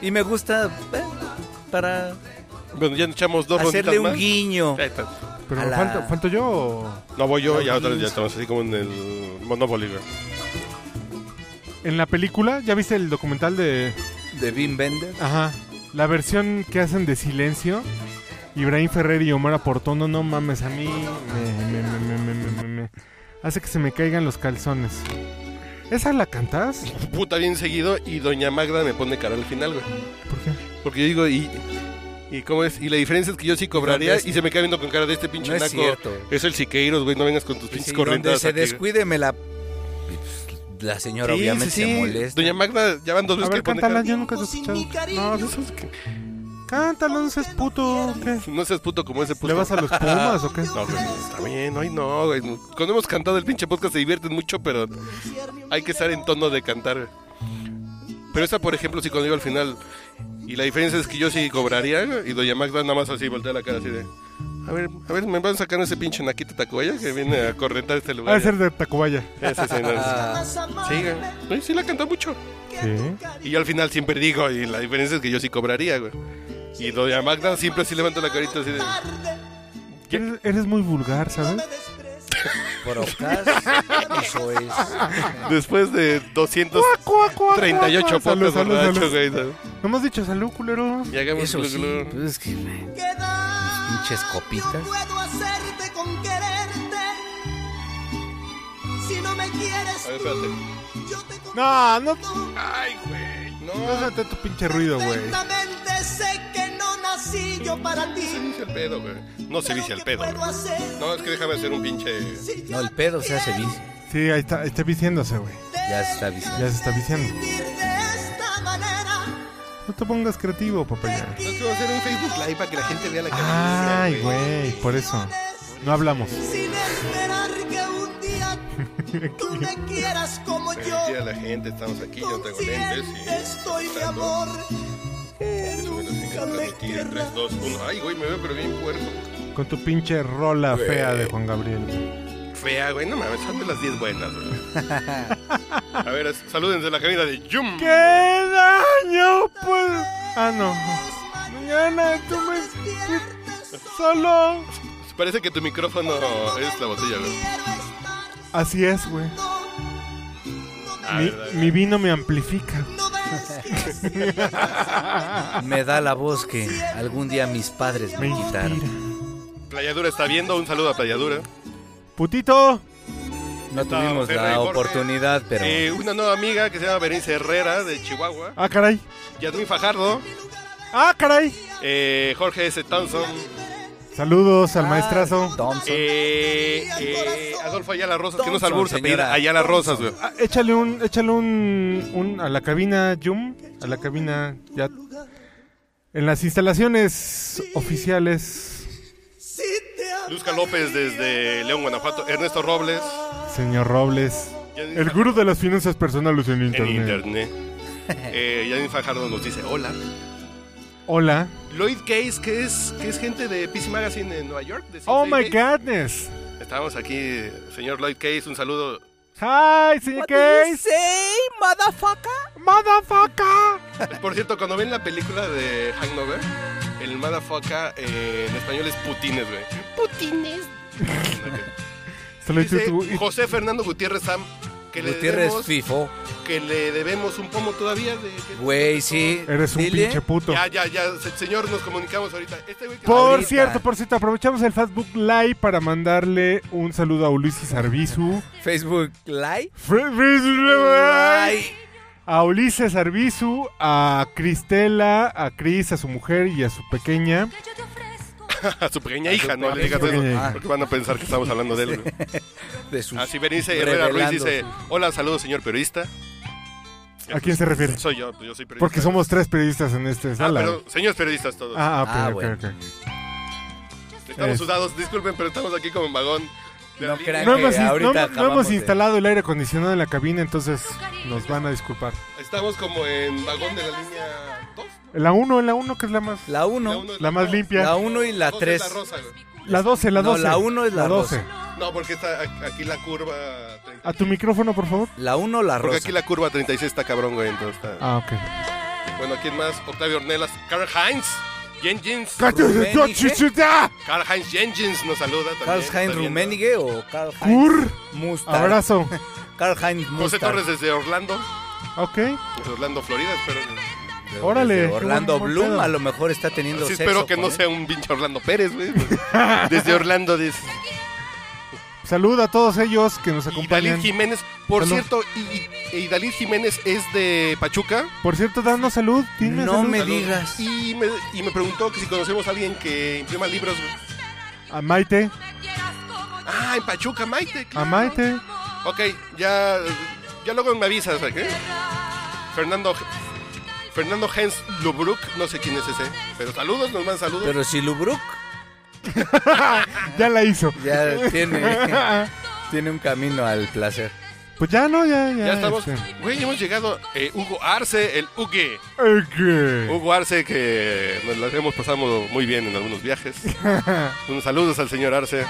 S2: Y me gusta eh, para
S4: Bueno, ya echamos dos
S2: hacerle
S4: ronditas
S2: un
S4: más.
S2: guiño.
S4: Ahí está.
S1: Pero
S2: A la-
S1: ¿falto, falto yo o-
S4: No voy yo,
S2: No,
S4: ya otra vez ya
S2: guiños.
S4: estamos así como en el Monopoly, güey.
S1: en la película, ¿ya viste el documental de...
S2: De Wim Bender.
S1: Ajá. La versión que hacen de Silencio, Ibrahim Ferrer y Omar Aportondo, no mames, a mí me, me, me, me, me, me, me- hace que se me caigan los calzones. ¿Esa la cantás?
S4: Puta bien seguido y Doña Magda me pone cara al final, güey.
S1: ¿Por qué?
S4: Porque yo digo, ¿y, y cómo es? Y la diferencia es que yo sí cobraría
S2: ¿Dónde es?
S4: y se me cae viendo con cara de este pinche
S2: No es
S4: naco.
S2: cierto.
S4: Es el Siqueiros, güey, no vengas con tus pinches
S2: Sí, donde
S4: corrientes.
S2: se descuide me la... y, pues, La señora obviamente se molesta.
S4: Doña Magda, ya van dos
S1: A
S4: veces
S1: ver,
S4: que pone
S1: cántala,
S4: cara.
S1: yo nunca he escuchado. No, de esos que... Cántala, no seas puto, ¿o ¿qué?
S4: No seas puto como ese puto.
S1: ¿Le vas a los Pumas o qué?
S4: pues No, pues güey, está bien, hoy no, güey. Cuando hemos cantado el pinche podcast se divierten mucho, pero hay que estar en tono de cantar. Pero esa, por ejemplo, si cuando iba al final, y la diferencia es que yo sí cobraría, y Doña Magda nada más así voltea la cara así de. A ver, a ver, me van sacando ese pinche naquito Tacubaya que viene a correntar este
S1: Ha
S4: lugar.
S1: de ser Ah, de Tacubaya.
S4: Ese sí, no,
S2: Ah.
S4: ese- sí, güey. pues, Sí, sí la canta mucho.
S1: Sí.
S4: Y yo al final siempre digo, y la diferencia es que yo sí cobraría, güey. Y Doña Magda siempre así levanta la carita así de.
S1: Eres, eres muy vulgar, ¿sabes?
S2: Procas, eso es.
S4: Después de 200 38
S1: Salud,
S4: puntos
S1: salud,
S4: borracho,
S1: salud.
S4: güey. ¿sabes?
S1: No hemos dicho salud, culeros.
S4: Y hagamos
S2: Eso
S4: glu,
S2: sí,
S4: glu.
S2: pues es que... me- Pinches copitas.
S10: puedo hacerte con quererte. Si no me quieres,
S4: A ver, espérate.
S10: yo te comprendo
S1: No, no,
S4: Ay, güey.
S1: no suelte tu pinche ruido, güey.
S10: perfectamente. Sé que no nací yo para
S4: Se
S10: ti.
S4: vicia el pedo, güey. No se
S10: pero
S4: vicia el
S10: ¿qué
S4: pedo.
S10: puedo
S4: güey.
S10: hacer
S4: No, es que déjame hacer un pinche.
S10: si yo
S2: No, el pedo se hace vicio.
S1: Sí, ahí está, está viciándose, güey.
S2: Ya se está viciando.
S1: Ya se está viciando.
S10: vivir de esta manera?
S1: No te pongas creativo, papaya.
S4: Es que voy pues, a hacer un Facebook Live para que la gente vea la cara.
S1: Ay, güey, por eso. No hablamos.
S10: Sin esperar que un día tú me quieras como yo.
S4: Mentira, la gente, estamos aquí, yo tengo lentes
S10: Consciente
S4: y.
S10: estoy, mi
S4: Tanto.
S10: amor. Que
S4: Eso me lo tienen que
S10: nunca me
S4: transmitir en 3,
S10: querrás.
S4: 2, 1. Ay, güey, me veo pero bien puerco.
S1: Con tu pinche rola fea de Juan Gabriel.
S4: Fea, güey, no mames, son de las 10 buenas, güey. A ver, es- salúdense en la cabina de Yum.
S1: ¡Qué daño, pues! Ah, no. Mañana tú me... Solo...
S4: Parece que tu micrófono es la botella, güey.
S1: Así es, güey.
S4: Ah,
S1: Mi,
S4: ¿verdad?
S1: mi vino me amplifica.
S2: Me da la voz que algún día mis padres me
S1: Me
S2: quitaron.
S1: inspira.
S4: Playadura está viendo, un saludo a Playadura.
S1: Putito.
S2: No
S4: Está
S2: tuvimos
S4: Ferrari
S2: la
S4: Jorge.
S2: oportunidad, pero
S4: Eh, una nueva amiga que se llama Berenice Herrera de Chihuahua,
S1: Ah, caray.
S4: Yadmin Fajardo,
S1: Ah, caray.
S4: eh, Jorge S. Thompson,
S1: Saludos al maestrazo.
S2: Ah, Thompson.
S4: eh, eh, Adolfo Ayala Rosas, que no es
S2: Thompson,
S4: albur, se apellida
S2: señora.
S4: Ayala Rosas, güey.
S1: Ah, échale un, échale un, un- a la cabina Yum, a la cabina ya. En las instalaciones oficiales,
S4: Luzca López desde León, Guanajuato, Ernesto Robles
S1: señor Robles, el
S4: Yadmin Fajardo
S1: gurú de las finanzas personales en
S4: en
S1: internet.
S4: internet. Eh, Yadmin Fajardo nos dice hola.
S1: Hola.
S4: Lloyd Case, que es, que es gente de PC Magazine en Nueva York. de
S1: Oh my
S4: Cincinnati.
S1: goodness.
S4: Estamos aquí, señor Lloyd Case, un saludo.
S1: Hi, señor Case. Motherfucker.
S4: Por cierto, cuando ven la película de Hangover, el motherfucker eh, en español es putines, güey. Putines.
S1: Se lo he dicho tú- y-
S4: José Fernando Gutiérrez Sam, que le,
S2: Gutiérrez
S4: debemos,
S2: Fifo.
S4: que le debemos un pomo todavía de... que-
S2: Güey, sí.
S1: Eres un
S2: Dile,
S1: pinche puto.
S4: Ya, ya, ya, se- señor, nos comunicamos ahorita. Este güey que-
S1: Por
S2: Ahorita.
S1: cierto, por cierto, aprovechamos el Facebook Live para mandarle un saludo a Ulises Arbizu.
S2: Facebook Live. Live.
S1: a Ulises Arbizu, a Cristela, a Cris, a su mujer y a su pequeña.
S4: a su pequeña hija, no le digas
S1: pequeña
S4: eso,
S1: hija.
S4: porque van a pensar que estamos hablando de él. güey.
S2: De sus...
S4: Así Berenice Herrera Ruiz
S2: Revelando
S4: dice, hola, saludos, señor periodista.
S1: ¿A quién se refiere?
S4: Soy yo, pues yo soy periodista.
S1: Porque somos tres periodistas en esta
S4: Ah,
S1: sala.
S4: pero, señores periodistas todos.
S1: Ah, ok,
S2: Ah,
S1: ok,
S2: bueno.
S1: ok.
S4: Estamos
S1: Es-
S4: sudados, disculpen, pero estamos aquí como en vagón. de
S2: No
S4: alivio.
S2: crean
S1: No
S2: que
S1: hemos, no-
S2: ahorita
S1: no
S2: acabamos
S1: hemos
S2: de-
S1: instalado el aire acondicionado en la cabina, entonces nos van a disculpar.
S4: Estamos como en vagón de la línea 2.
S1: La 1, la 1 que es la más,
S2: La 1.
S1: la más limpia.
S2: La 1 y la 3.
S4: La rosa, güey.
S1: La 12, la
S2: No,
S1: 12.
S2: la uno es la
S4: no, porque está a- aquí la curva 30.
S1: A tu micrófono, por favor.
S2: La 1 la
S4: Porque
S2: rosa.
S4: aquí la curva 36 está cabrón, güey. Entonces está.
S1: Ah, ok.
S4: Bueno, ¿quién más? Octavio Ornelas, Carl Heinz, Jenkins.
S2: Rubén, ¿y qué?
S4: Carl Heinz Jenkins nos saluda también.
S2: Carl Heinz
S4: está viendo.
S2: Rummenigge o Carl Heinz
S1: Cur.
S2: Mustard.
S1: Abrazo.
S2: Carl Heinz
S4: José
S2: Mustard.
S4: Torres desde Orlando.
S1: Ok.
S4: De Orlando, Florida, espero que...
S2: De-
S1: Órale,
S2: desde
S1: qué
S2: Orlando
S1: buen- buen
S2: Bloom
S1: pedo.
S2: a lo ¿eh? mejor está teniendo
S4: Sí,
S2: sexo
S4: espero que
S2: con
S4: no
S2: él.
S4: sea un pinche Orlando Pérez, güey. Desde Orlando dice.
S1: Salud a todos ellos que nos
S4: Y Dalit
S1: acompañan.
S4: Jiménez, por
S1: Salud.
S4: cierto, y, y- y Dalit Jiménez es de Pachuca.
S1: Por cierto, danos salud. Dime
S2: No
S1: salud.
S2: me
S4: Salud.
S2: digas.
S4: Y me, y me preguntó que si conocemos a alguien que imprima libros. güey.
S1: A Maite.
S4: Ah, en Pachuca, Maite.
S1: A
S4: claro.
S1: Maite.
S4: Ok, ya, ya luego me avisas, ¿eh? Fernando, Fernando Hens Lubruk, no sé quién es ese. Pero saludos, nos mandan saludos.
S2: Pero si Lubruk
S1: Ya la hizo.
S2: ya tiene, tiene un camino al placer.
S1: Pues ya no, ya, ya.
S4: ya estamos.
S1: este.
S4: Güey, hemos llegado. eh, Hugo Arce, el Uge.
S1: Ok.
S4: Hugo Arce, que nos las hemos pasado muy bien en algunos viajes. Unos saludos al señor Arce.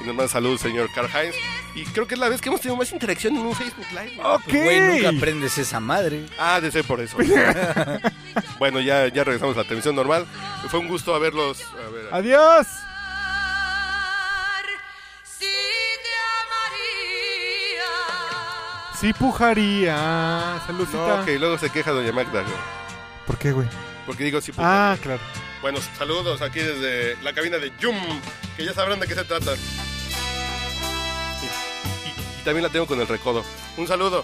S4: Y nos manda saludos, señor Carl Heinz. Y creo que es la vez que hemos tenido más interacción en un Facebook Live.
S1: Ok.
S2: Oh, Güey, nunca aprendes esa madre.
S4: Ah, de ser por eso. bueno, ya, ya regresamos a la televisión normal. Fue un gusto haberlos. a ver,
S1: Ah, Adiós.
S10: Si te amaría.
S1: Sí, pujaría. Saludcita.
S4: no, que luego se queja doña Magda. güey.
S1: ¿Por qué, güey?
S4: Porque digo, sí, pues, puta.
S1: Ah, claro.
S4: Bueno, saludos aquí desde la cabina de Yum, que ya sabrán de qué se trata. Y, y- y también la tengo con el recodo. Un saludo.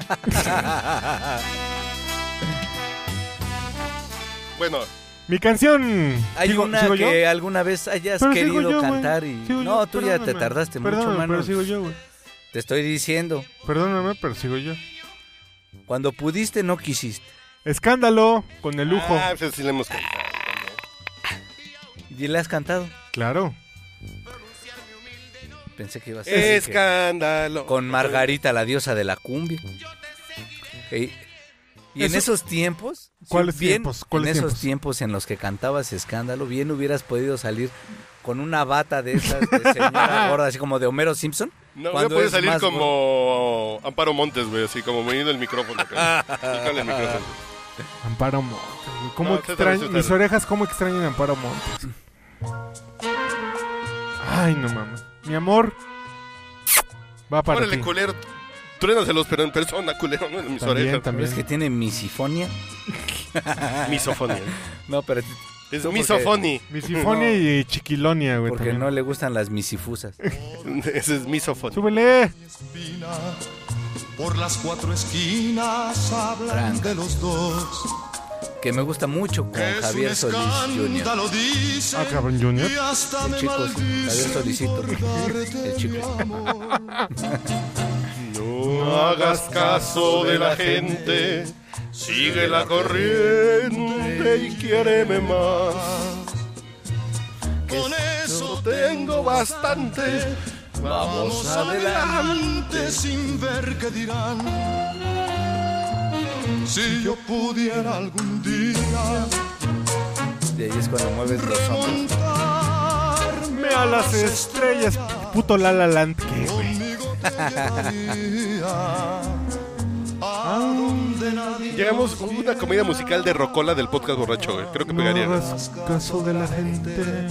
S4: bueno,
S1: Mi canción.
S2: Hay
S1: ¿Sigo-
S2: una
S1: sigo yo?
S2: que alguna vez hayas
S1: Pero sigo
S2: querido
S1: yo, güey.
S2: cantar y
S1: Sigo
S2: no,
S1: yo,
S2: tú ya te
S1: perdóname.
S2: tardaste
S1: Perdóname,
S2: mucho, mano.
S1: Pero sigo yo, güey.
S2: Te estoy diciendo,
S1: Perdóname, pero sigo yo.
S2: cuando pudiste no quisiste.
S1: Escándalo con el lujo.
S4: ah, pues sí le hemos contado.
S2: Y le has cantado.
S1: Claro.
S2: Pensé que ibas a decir que-
S4: Escándalo.
S2: con Margarita, la diosa de la cumbia. Y, y en
S1: Eso-
S2: esos tiempos, sí,
S1: ¿Cuáles
S2: bien,
S1: tiempos? ¿Cuáles
S2: en esos
S1: tiempos?
S2: tiempos en los que cantabas escándalo, bien hubieras podido salir con una bata de esas de señora gorda, así como de Homero Simpson.
S4: No, voy a
S2: cuando
S4: poder
S2: es
S4: salir
S2: más
S4: como Amparo Montes, güey, así como moviendo el micrófono. acá. Y con el micrófono.
S1: Amparo Montes. güey. ¿Cómo
S4: No,
S1: extrañ-
S4: esta vez, esta
S1: Mis
S4: vez.
S1: orejas, ¿cómo extrañan a Amparo Montes? Ay, no mames. Mi amor. Va para
S4: Órale,
S1: ti.
S4: culero. Truénaselos, pero en persona, culero, no en mis
S1: También,
S4: orejas.
S1: también.
S2: ¿Ves que tiene misifonia?
S4: Misofonía.
S2: No, pero
S4: Es
S2: No, porque-
S4: misofoni.
S1: Misifonia y chiquilonia, güey.
S2: porque
S1: también.
S2: no le gustan las misifusas.
S4: Ese es misofoni.
S1: ¡Súbele!
S6: Espina, Por las cuatro esquinas hablan
S2: Franca.
S6: de los dos.
S2: Que me gusta mucho con
S6: Es
S2: Javier
S6: un
S2: Solís Jr.
S6: escándalo, dicen,
S1: Ah, cabrón, Junior.
S6: y hasta
S2: El
S6: me
S2: chico, sí. Javier
S6: maldicen
S2: Solicito.
S6: por darte
S2: El chico.
S4: No hagas caso de la gente, sigue la corriente y quiéreme más. Con eso tengo bastante.
S2: Vamos adelante.
S6: adelante sin ver qué dirán. Si yo pudiera algún día
S2: Y ahí es cuando mueves los hombros.
S6: montarme
S1: a las estrellas. Puto La La Land, ¿qué, güey?
S6: conmigo te llevaría a donde nadie
S4: Llegamos a una comedia musical de Rocola del podcast borracho, güey. Creo que
S1: No
S4: pegaría. güey.
S1: hagas caso de la gente.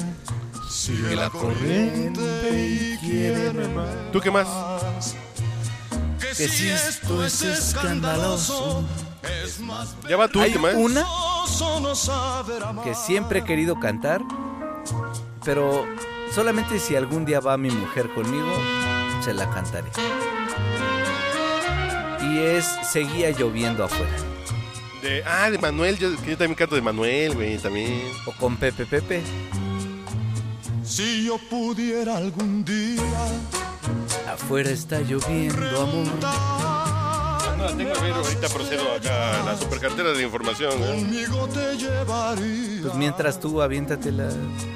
S6: sigue la
S1: Corriente y quiéreme más.
S4: ¿Tú qué más?
S6: Que si esto es escandaloso, es más
S4: Ya va tu
S2: Hay
S4: última, ¿eh?
S2: una
S6: vergonzoso no saber amar.
S2: que siempre he querido cantar, pero solamente si algún día va mi mujer conmigo, se la cantaré. Y es Seguía lloviendo afuera.
S4: De- ah, de Manuel. Yo, que yo también canto de Manuel, güey, también.
S2: O con Pepe Pepe.
S6: Si yo pudiera algún día
S2: Afuera está lloviendo, amor.
S4: No, la tengo que ver ahorita procedo acá a la supercartera de información, ¿eh? güey.
S6: conmigo te llevaría
S2: Pues mientras tú aviéntatela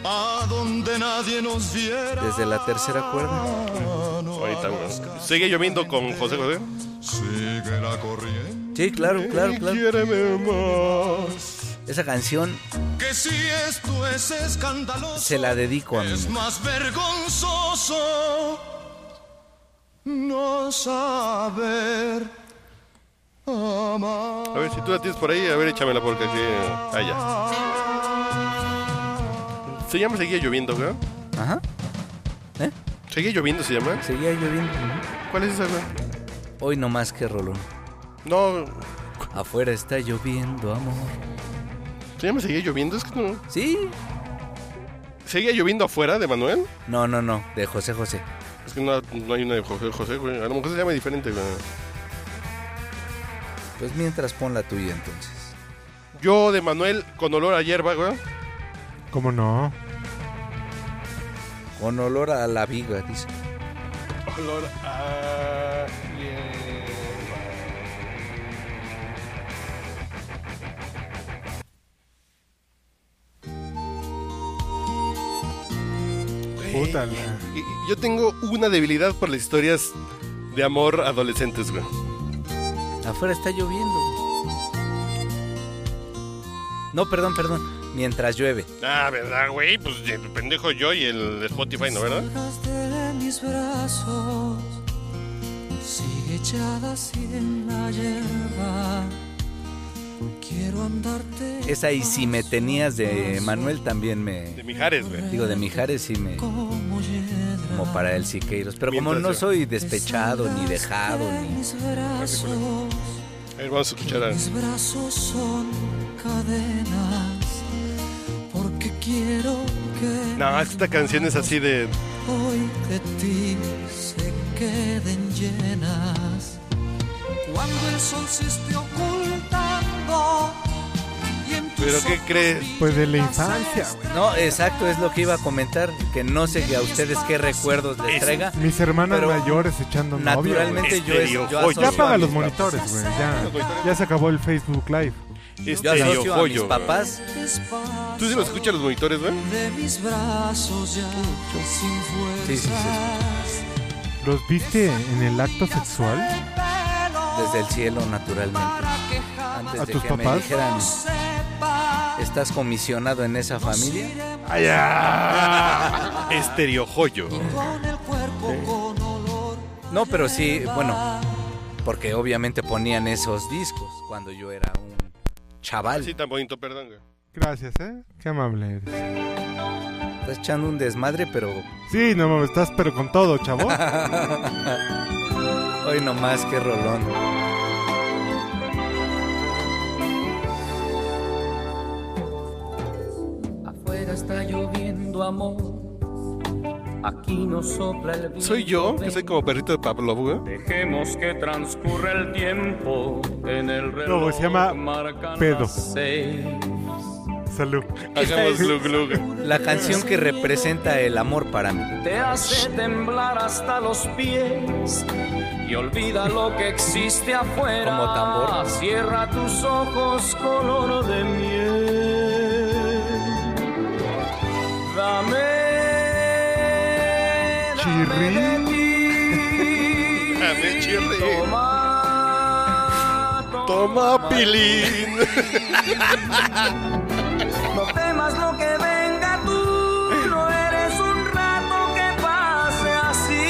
S6: a donde nadie nos viera.
S2: desde la tercera cuerda.
S4: Ahorita, güey. Sigue lloviendo con José José.
S6: Sigue la corriente.
S2: Sí, claro, claro, claro.
S4: Quiéreme más.
S2: Esa canción
S6: Que si esto es escandaloso,
S2: se la dedico a mi
S6: es
S2: mujer.
S6: más vergonzoso no saber amar.
S4: A ver, si tú la tienes por ahí, a ver, échamela porque sí. Ah, ya. Se llama Seguía lloviendo, güey.
S2: Ajá.
S4: Seguía lloviendo, se llama.
S2: Seguía lloviendo.
S4: ¿Cuál es esa, güey?
S2: Hoy no más que rolón.
S4: No,
S2: Afuera está lloviendo, amor.
S4: ¿Sí, me seguía lloviendo? Es que no.
S2: Sí.
S4: ¿Seguía lloviendo afuera de Manuel?
S2: No, no, no, de José José.
S4: Es que no, no hay una de José José, güey. A lo mejor se llama diferente, güey.
S2: Pues mientras pon la tuya entonces.
S4: Yo de Manuel con olor a hierba, güey.
S1: ¿Cómo no?
S2: Con olor a la viga, dice.
S4: Olor a hierba.
S1: Puta
S4: Y- y Yo tengo una debilidad por las historias de amor adolescentes, güey.
S2: Afuera está lloviendo. No, perdón, perdón. Mientras llueve.
S4: Ah, ¿verdad, güey? Pues el pendejo yo y el Spotify, ¿no, verdad?
S7: Colgaste de mis brazos, sigue echada así en la hierba. Quiero andarte
S2: Esa y si me tenías de Manuel también me.
S4: De Mijares, güey.
S2: Digo, de Mijares sí me.
S7: como hiedra.
S2: Como para el Siqueiros. Pero como
S4: Mientras
S2: no
S4: llueve.
S2: soy despechado ni dejado
S7: De
S2: ni.
S7: mis brazos,
S4: A ver, vamos a escuchar a...
S7: mis brazos son cadenas, porque quiero que
S4: No, esta canción es así de...
S7: hoy de ti se queden llenas. Cuando el sol se esté ocultando y en tus
S4: ¿Pero qué
S7: ojos
S4: crees?
S1: Pues de la infancia, güey.
S2: No, exacto, es lo que iba a comentar. Que no sé que a ustedes qué recuerdos les traiga.
S1: Mis hermanas
S2: Pero
S1: mayores echando novio. güey.
S2: Naturalmente yo, es- yo
S4: Estereo
S2: asocio
S1: Ya
S2: a
S1: apaga los
S2: mis papás.
S1: monitores, güey. Ya, ya se acabó el Facebook Live.
S2: Yo asocio a mis
S4: Estereojoyo, güey.
S2: papás.
S7: despacio
S4: ¿Tú sí lo escuchas los monitores, güey?
S7: de mis brazos ya sin fuerzas.
S2: Sí, sí, sí.
S1: ¿Los viste en el acto sexual?
S2: Desde el cielo, naturalmente.
S7: Para que jamás
S2: Antes
S1: ¿A
S2: de
S1: tus
S2: que me
S1: papás?
S2: dijeran,
S7: sepa
S2: ¿estás comisionado en esa familia?
S4: Estereojoyo.
S7: con el cuerpo con olor.
S2: No, pero sí, bueno, porque obviamente ponían esos discos cuando yo era un
S4: Sí,
S2: chaval.
S4: tan bonito, perdón, güey.
S1: Gracias, ¿eh? Qué amable eres.
S2: Estás echando un desmadre, pero
S1: Sí, no mames, estás pero con todo, chavo.
S2: hoy nomás, qué rolón.
S9: Afuera está lloviendo amor. Aquí no sopla el viento.
S4: ¿Soy yo? Que soy como perrito de Pavlov, güey.
S11: Dejemos que transcurra el tiempo en el reloj.
S1: No, se llama
S11: marcan
S1: pedo.
S11: las seis.
S1: Salud. Este
S4: Hagamos glu glu, güey.
S2: La canción que representa el amor para mí.
S11: Te hace temblar hasta los pies y olvida lo que existe afuera.
S2: Como tambor.
S11: Cierra tus ojos color de miel. Dame. dame de
S1: Chirrín.
S11: ti.
S4: Dame chirrín.
S11: Toma,
S4: Toma, pilín.
S11: No temas lo que venga tú, no eres un rato que pase así.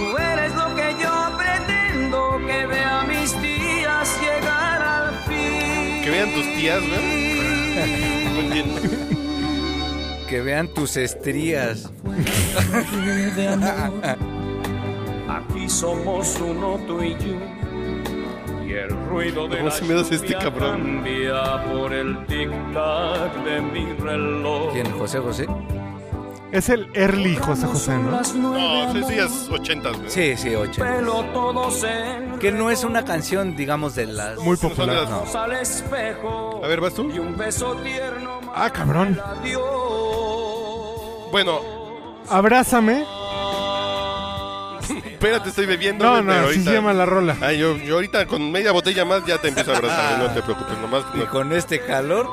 S11: Tú eres lo que yo pretendo que vea mis días llegar al fin.
S4: Que vean tus tías, güey. No entiendo.
S2: Que vean tus estrías.
S7: de amor.
S11: Aquí somos uno tú y yo. Y el ruido de
S4: ¿Cómo
S11: la
S4: se me hace este
S11: lluvia
S4: cabrón?
S11: cambia por el tic-tac de mi reloj.
S2: ¿Quién? José José.
S1: Es el early José José,
S7: Son
S1: ¿no?
S7: las nueve,
S4: No, Ah,
S7: amor.
S4: sí, sí, es ochentas, güey.
S2: Sí, sí, ocho.
S11: Pelo todo se
S2: Que no es una canción, digamos, de las...
S1: Muy
S4: Son
S1: popular.
S4: las-
S2: No.
S11: Vamos al espejo.
S4: A ver, ¿vas tú?
S11: Y un beso tierno.
S1: Ah, cabrón.
S11: marca el adiós.
S4: Bueno,
S1: Abrázame.
S4: espérate, estoy bebiendo.
S1: No,
S4: güey, pero
S1: no, sí
S4: ahorita-
S1: se llama la rola.
S4: Ay, Ah, yo, yo ahorita con media botella más ya te empiezo a abrazar, güey, no te preocupes, nomás.
S2: Y
S4: no-
S2: con este calor,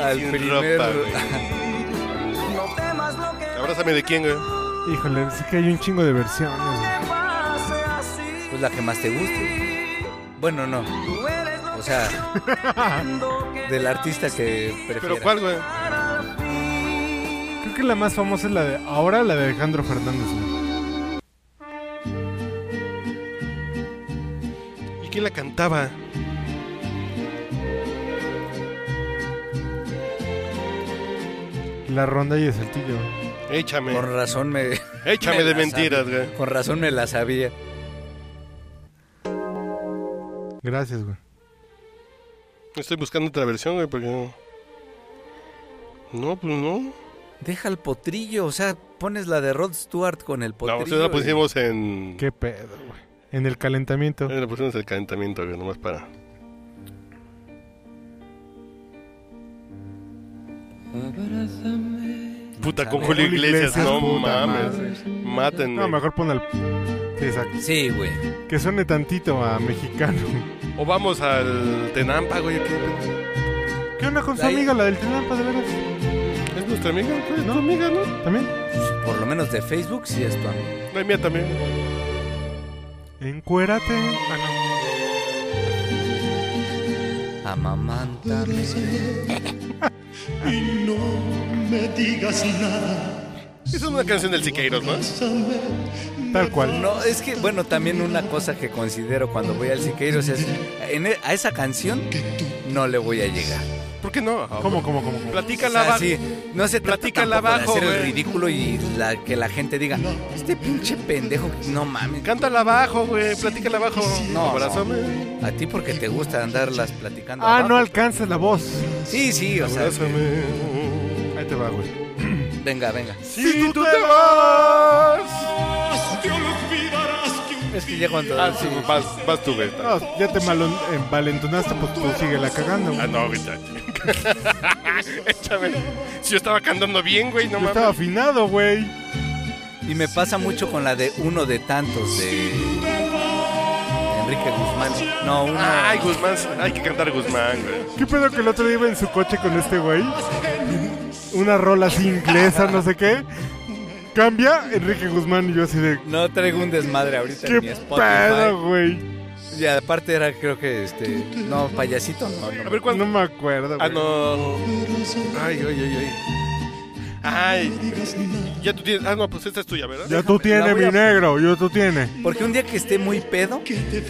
S2: al
S4: Sin
S2: primer...
S4: ropa, güey.
S11: No temas lo que
S4: Abrázame de quién, güey.
S1: Híjole, sí que hay un chingo de versiones. güey.
S11: pase así.
S2: Pues la que más te guste. Bueno, no.
S11: Tú eres lo
S2: O sea, del artista que prefiera.
S4: Pero ¿cuál, güey?
S1: Creo que la más famosa es la de ahora, la de Alejandro Fernández. güey.
S4: ¿Y quién la cantaba?
S1: La ronda y el saltillo.
S4: Échame.
S2: Con razón me...
S4: Échame
S2: me
S4: de
S2: la
S4: mentiras,
S2: sabía.
S4: güey.
S2: Con razón me la sabía.
S1: Gracias, güey.
S4: Estoy buscando otra versión, güey, porque no. No, pues no.
S2: Deja el potrillo, o sea, pones la de Rod Stewart con el potrillo.
S4: No, pues, nosotros la pusimos en.
S1: ¿Qué pedo, güey? En el calentamiento.
S4: La pusimos en el calentamiento, güey, nomás para. Puta, con Julio Iglesias, no
S1: puta
S4: mames.
S1: madre.
S4: Mátenme.
S1: No, mejor pon al. Sí, exacto.
S2: Sí, güey.
S1: Que suene tantito a mexicano.
S4: O vamos al Tenampa, güey. ¿qué?
S1: ¿Qué onda con su
S2: Ahí-
S1: amiga, la del Tenampa, de veras?
S4: ¿Es nuestra amiga? ¿Es tu amiga, no?
S1: ¿También?
S2: Por lo menos de Facebook sí es tu amigo.
S4: No, y mía también.
S1: Encuérate. Ah,
S2: Amamántame.
S6: Y no me digas nada.
S4: Es una canción del Siqueiros, ¿no?
S1: no. Tal cual.
S2: No, es que, bueno, también una cosa que considero cuando voy al Siqueiros es, en e- a esa canción no le voy a llegar.
S4: ¿Por qué no?
S1: ¿Cómo, cómo, cómo? Ah, cómo?
S2: O
S4: Platícala
S2: sea,
S4: abajo.
S2: sí, no se trata
S4: Platícala
S2: tampoco de
S4: abajo,
S2: hacer el
S4: güey.
S2: ridículo y la, que la gente diga, este pinche pendejo, no mames.
S4: Cántala abajo, güey. Eh, Platícala abajo.
S2: No,
S4: Abrázame.
S2: A ti porque te gusta andarlas platicando.
S1: Ah,
S2: abajo.
S1: no alcanzas la voz.
S2: Sí, sí, o sea,
S4: Abrázame.
S1: Ahí te va, güey.
S2: venga, venga.
S4: Si tú te vas.
S2: Es que ya cuando...
S4: Ah,
S2: sí.
S4: sí, vas, vas tú, güey.
S1: No, Ah, ya te malon, envalentonaste, pues tú sigue la cagando. güey.
S4: Ah, no, güey. Échame. Si yo estaba cantando bien, güey, no
S1: Yo estaba
S4: mames.
S1: afinado, güey.
S2: Y me pasa mucho con la de uno de tantos de, de Enrique Guzmán. No, uno...
S4: Ay, Guzmán. Hay que cantar Guzmán, güey.
S1: ¿Qué pedo que el otro día iba en su coche con este güey? Una rola así inglesa, no sé qué. Cambia Enrique Guzmán y yo así de...
S2: No traigo un desmadre ahorita
S1: ¿Qué
S2: en mi
S1: pedo,
S2: Spotify.
S1: güey?
S2: Y aparte era, creo que este. No, payasito. No,
S4: A
S2: no.
S4: ver, ¿cuándo?
S1: No me acuerdo, güey.
S4: Ah, no. Ay, ay, ay, ay. Ay, ya tú tienes. Ah, no, pues esta es tuya, ¿verdad?
S1: Ya tú
S2: la
S1: tienes,
S2: voy
S1: mi
S2: a-
S1: negro, yo tú tienes.
S2: Porque un día que esté muy pedo,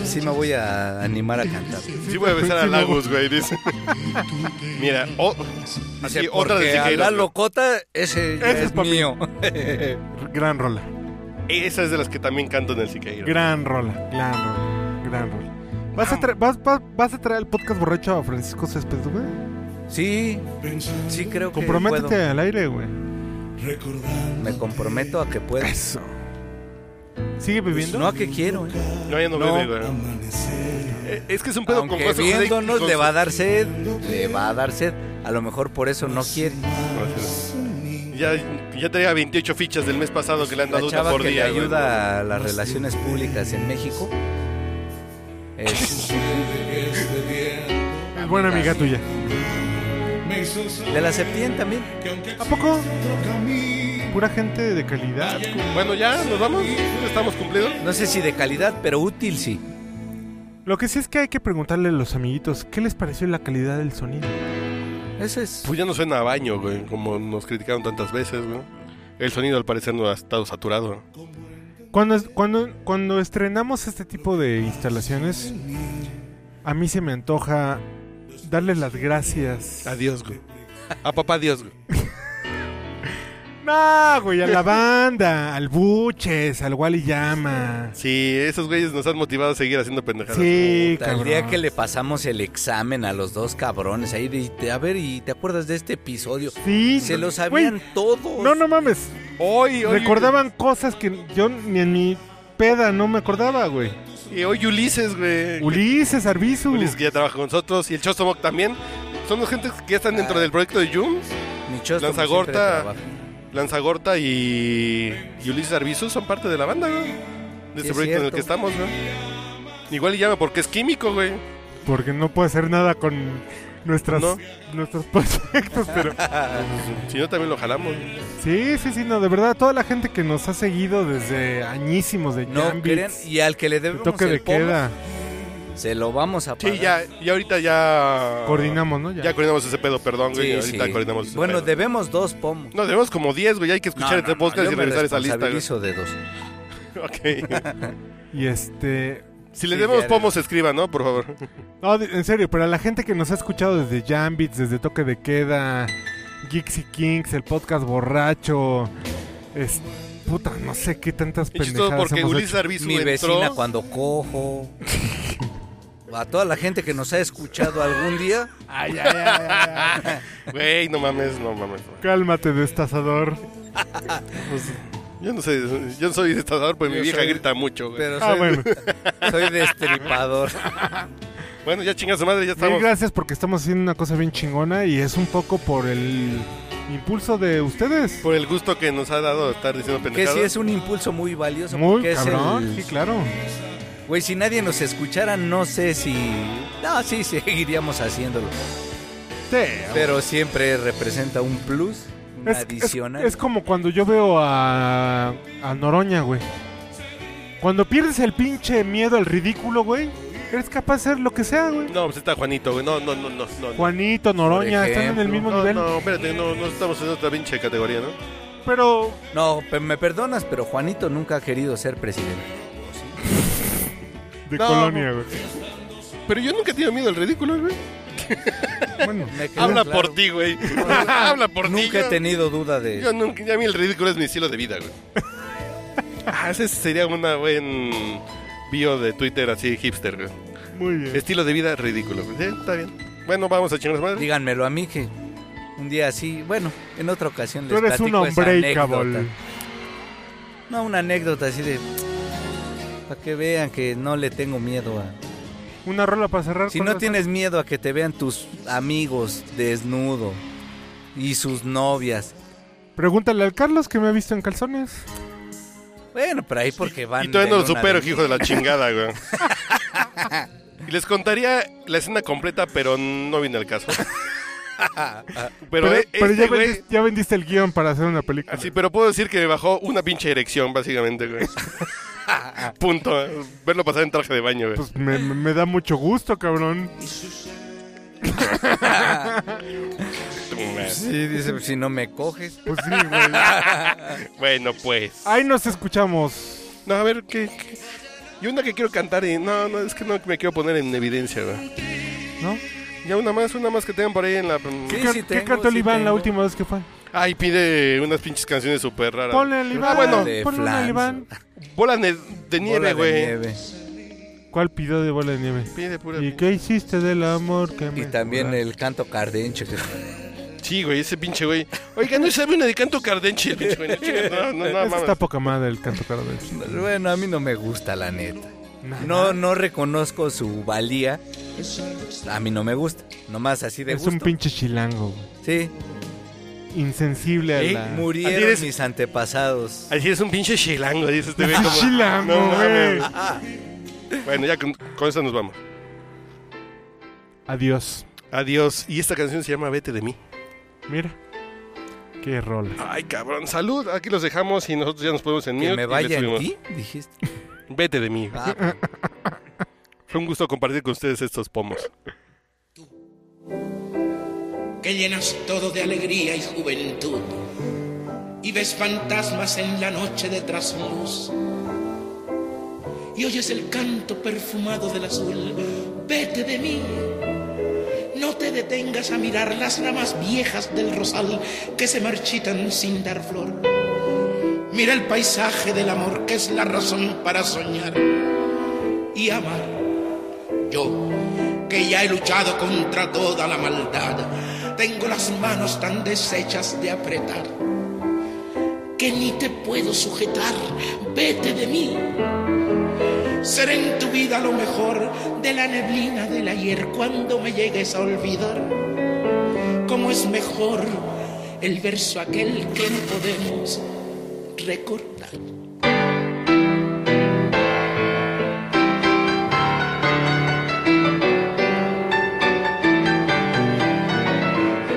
S2: sí me voy a animar a cantar.
S4: Sí, voy a besar a
S1: Sí, no.
S4: Lagos, güey, dice. Mira, o- así,
S2: Dice,
S4: otra de
S2: porque a la
S4: Siqueiros. güey.
S2: locota, ese ya
S1: Ese es
S2: es
S1: pa' mí.
S2: mío.
S1: Gran rola,
S4: Esa es de las que también canto en el Siqueiros.
S1: gran rola, gran rola, gran rola. ¿Vas a, traer- vas, vas, vas a traer el podcast borracho a Francisco Céspedes, güey?
S2: Sí, sí creo que
S1: Comprométete
S2: puedo.
S1: al aire, güey.
S2: Me comprometo a que puedo.
S1: Eso. ¿Sigue viviendo?
S2: Pues No a que quiero, eh.
S4: No, ya no,
S2: No.
S4: bebe, güey. Eh, Es que es un pedo con
S2: Aunque
S4: José José y
S2: viéndonos
S4: con-
S2: le va a dar sed, le va a dar sed. A lo mejor por eso no quiere.
S4: Ya, ya traía 28 fichas del mes pasado que le han
S2: La
S4: dado una
S2: chava
S4: por
S2: que
S4: día.
S2: le
S4: güey.
S2: ayuda a las relaciones públicas en México es
S1: Es Ah, buena amiga tuya.
S2: de la Septien también.
S1: ¿A poco? Pura gente de calidad.
S4: Bueno, ya, nos vamos. Estamos cumplidos.
S2: No sé si de calidad, pero útil sí.
S1: Lo que sí es que hay que preguntarle a los amiguitos qué les pareció la calidad del sonido.
S2: Eso es.
S4: Pues ya no suena a baño, güey, como nos criticaron tantas veces, güey. El sonido al parecer no ha estado saturado.
S1: Cuando, es- cuando, cuando estrenamos este tipo de instalaciones, a mí se me antoja darle las gracias.
S4: Adiós, güey. A papá, adiós, güey.
S1: No, güey, a la banda, al Buches, al Wally Llama.
S4: Sí, esos güeyes nos han motivado a seguir haciendo pendejadas.
S1: Sí,
S2: El
S1: cabrón.
S2: día que le pasamos el examen a los dos cabrones ahí de, de- a ver, ¿y te acuerdas de este episodio?
S1: Sí,
S2: Se lo
S1: güey,
S2: sabían todos.
S1: No, no mames.
S4: Hoy, hoy.
S1: Recordaban cosas que yo ni en mi peda no me acordaba, güey.
S4: Y hoy Ulises, güey.
S1: Ulises, Arbizu.
S4: Ulises que ya trabaja con nosotros. Y el Chostomok también. Son los gentes que ya están dentro del proyecto de Jum.
S2: Ni chos, como
S4: Lanzagorta.
S2: siempre trabaja.
S4: Lanzagorta y, y Ulises Arbizu son parte de la banda, güey. De
S2: Sí,
S4: este
S2: es
S4: proyecto en el
S2: cierto.
S4: que estamos, güey. Igual y llama porque es químico, güey.
S1: Porque no puede hacer nada con nuestras,
S4: No.
S1: nuestros proyectos, pero...
S4: Si no, también lo jalamos.
S1: Sí, sí, sí, no, de verdad, toda la gente que nos ha seguido desde añísimos de
S2: No
S1: Jambits,
S2: creen. Y al que le
S1: el
S2: debemos
S1: toque
S2: el
S1: de
S2: pomo,
S1: queda,
S2: se lo vamos a pagar.
S4: Sí, ya, y ahorita ya.
S1: coordinamos, ¿no? Ya.
S4: Ya. coordinamos ese pedo, perdón, güey.
S2: Sí,
S4: ahorita
S2: sí.
S4: coordinamos ese
S2: Bueno,
S4: pedo.
S2: debemos dos pomos.
S4: No, tenemos como 10, güey. Hay que
S2: No,
S4: escuchar
S2: no,
S4: este
S2: no,
S4: podcast
S2: yo
S4: y
S2: me
S4: regresar a esa lista. güey.
S2: responsabilizo de dos.
S4: Ok.
S1: Y este...
S4: si le
S2: Sí,
S4: debemos
S2: ya eres.
S4: pomos, escriba, ¿no? Por favor.
S1: No, de- en serio, pero a la gente que nos ha escuchado desde Jambits, desde Toque de Queda, Geeks y Kings, el podcast borracho, es... Puta, no sé qué tantas
S4: Es chistoso
S1: pendejadas
S4: porque
S1: hemos
S4: Ulises
S1: hecho.
S4: Arbizu
S2: Mi
S4: entró.
S2: vecina cuando cojo. a toda la gente que nos ha escuchado algún día.
S1: Ay, ay, ay,
S4: Güey, no mames, no mames.
S1: Cálmate, destazador.
S4: Pues, yo no sé, yo no soy destazador, pues mi
S2: Yo
S4: vieja
S2: soy-
S4: grita mucho, güey.
S2: pero
S1: Ah, soy- bueno.
S2: soy destripador.
S4: Bueno, ya chingas su madre, ya
S1: Mil
S4: estamos.
S1: gracias porque estamos haciendo una cosa bien chingona y es un poco por el impulso de ustedes.
S4: Por el gusto que nos ha dado estar diciendo
S2: Que
S4: pendejadas.
S2: sí es un impulso muy valioso.
S1: Muy
S2: porque es
S1: cabrón,
S2: el-
S1: sí, claro.
S2: Güey, si nadie nos escuchara, no sé si... No, sí, seguiríamos haciéndolo.
S1: Sí,
S2: Pero siempre representa un plus, un
S1: es, es-
S2: adicional.
S1: es como cuando yo veo a, a Noroña, güey. Cuando pierdes el pinche miedo al ridículo, güey, eres capaz de hacer lo que sea, güey.
S4: No, pues está Juanito, güey. No, no, no, no. no.
S1: Juanito, Noroña,
S2: Por
S1: están en el
S2: ejemplo.
S1: mismo
S4: no,
S1: nivel.
S4: no, espérate, no, no estamos en otra pinche categoría, ¿no?
S1: Pero
S2: No, pe- me perdonas, pero Juanito nunca ha querido ser presidente.
S1: de
S4: No.
S1: colonia, güey.
S4: Pero yo nunca he tenido miedo al ridículo, güey.
S1: Bueno,
S2: Me queda
S4: Ah, Habla
S2: claro.
S4: por ti, güey. Habla por ti.
S2: Nunca he
S4: yo-
S2: tenido duda de
S4: Yo nunca, ya a mí el ridículo es mi estilo de vida, güey. Ah, ese sería una buen bio de Twitter así hipster, güey.
S1: muy bien.
S4: Estilo de vida ridículo, güey. Sí, está bien. Bueno, vamos a chingar madre.
S2: Díganmelo a mí que un día así, bueno, en otra ocasión les
S1: Tú eres un
S2: platico esa
S1: unbreakable.
S2: anécdota. No, una anécdota así de para que vean que no le tengo miedo a.
S1: Una rola para cerrar.
S2: Si
S1: con
S2: no
S1: razón.
S2: tienes miedo a que te vean tus amigos desnudo y sus novias.
S1: Pregúntale al Carlos que me ha visto en calzones.
S2: Bueno, pero ahí porque van
S4: Y todavía no
S2: de
S4: lo
S2: luna
S4: supero,
S2: de-
S4: hijo de la chingada, güey. Y les contaría la escena completa, pero no viene al caso. Pero,
S1: Pero,
S2: e-
S4: eh,
S1: pero
S4: este,
S1: ya,
S4: güey,
S1: vendiste, ya vendiste el guión para hacer una película.
S4: Así, pero puedo decir que me bajó una pinche erección, básicamente, güey. Punto. Verlo pasar en traje de baño, güey.
S1: Pues me, me- me da mucho gusto, cabrón.
S2: Sí, dice, si no me coges.
S1: Pues sí, güey.
S4: bueno, pues.
S1: Ahí nos escuchamos.
S4: No, a ver, ¿qué, qué? Y una que quiero cantar y... No, no, es que no me quiero poner en evidencia, güey.
S1: ¿No?
S4: Ya una más, una más que tengan por ahí en la... mm,
S2: Sí,
S1: ¿Qué,
S2: sí
S1: qué
S2: tengo,
S1: cantó el
S2: sí
S1: Iván la
S2: tengo.
S1: última vez que fue?
S4: Ay, pide unas pinches canciones súper raras.
S1: Ponle al Iván.
S2: bueno.
S1: ponle
S2: De
S1: al
S2: Flans.
S1: Iván.
S4: Bola ne- de
S2: Bola
S4: nieve,
S2: de
S4: güey.
S2: nieve.
S1: ¿Cuál pidió de bola de nieve?
S4: Pide pura...
S1: ¿Y qué hiciste del amor que me
S2: Y también
S1: juraste?
S2: el canto cardencho. que-
S4: Sí, güey, ese pinche güey. Oiga, ¿no sabe una de canto cardenche? el pinche güey? No, chinga, No, no, no,
S1: Ese Está
S4: mames.
S1: poca madre el canto caro de-
S2: Bueno, a mí Ah, no me gusta, la neta. No, no reconozco su valía. A mí no me gusta. Nomás así de
S1: Es
S2: gusto.
S1: un pinche chilango. güey.
S2: Sí.
S1: Insensible a
S4: ¿Eh?
S1: la...
S2: Murieron
S4: Así eres-
S2: mis antepasados.
S4: Así es un pinche chilango, dice este güey.
S1: Es un
S4: como-
S1: chilango,
S4: No
S1: güey.
S4: mames. Bueno, ya con, con esta nos vamos.
S1: Adiós.
S4: Adiós. Y esta canción se llama Vete de mí.
S1: Mira. Qué rola.
S4: Ay, cabrón. Salud. Aquí los dejamos y nosotros ya nos podemos en mute
S2: Que me
S4: y le
S2: vaya en
S4: subimos.
S2: ti, dijiste.
S4: Vete de mí.
S2: Ah,
S4: Fue un gusto compartir con ustedes estos pomos.
S12: que llenas todo de alegría y juventud. Y ves fantasmas en la noche de trasmus. Y oyes el canto perfumado del azul. Vete de mí. No te detengas a mirar las ramas viejas del rosal que se marchitan sin dar flor. Mira el paisaje del amor que es la razón para soñar y amar. Yo que ya he luchado contra toda la maldad. Tengo las manos tan deshechas de apretar que ni te puedo sujetar. Vete de mí. Seré en tu vida lo mejor de la neblina del ayer cuando me llegues a olvidar. Cómo es mejor el verso aquel que no podemos recordar.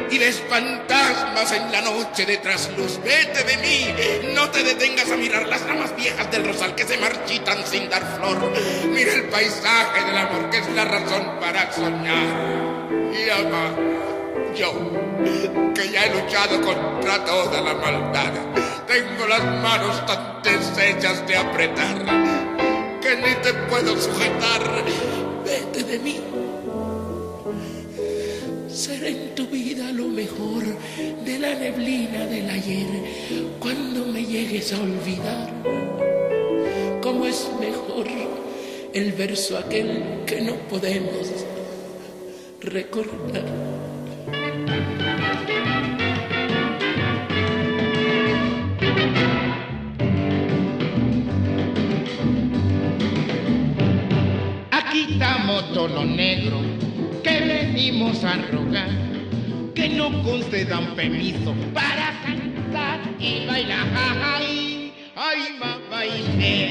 S12: y ves fantasmas en la noche de trasluz. Vete de mí, no te detengas a mirar las ramas viejas del rosal que se marchitan sin dar flor. Mira el paisaje del amor que es la razón para soñar y amar. Yo, que ya he luchado contra toda la maldad, tengo las manos tan deshechas de apretar que ni te puedo sujetar. Vete de mí será en tu vida lo mejor de la neblina del ayer cuando me llegues a olvidar cómo es mejor
S13: el verso aquel que no podemos recordar.
S12: Aquí estamos todos los negros que venimos a rogar que no concedan permiso para cantar y bailar. Ay, ay, mamá, y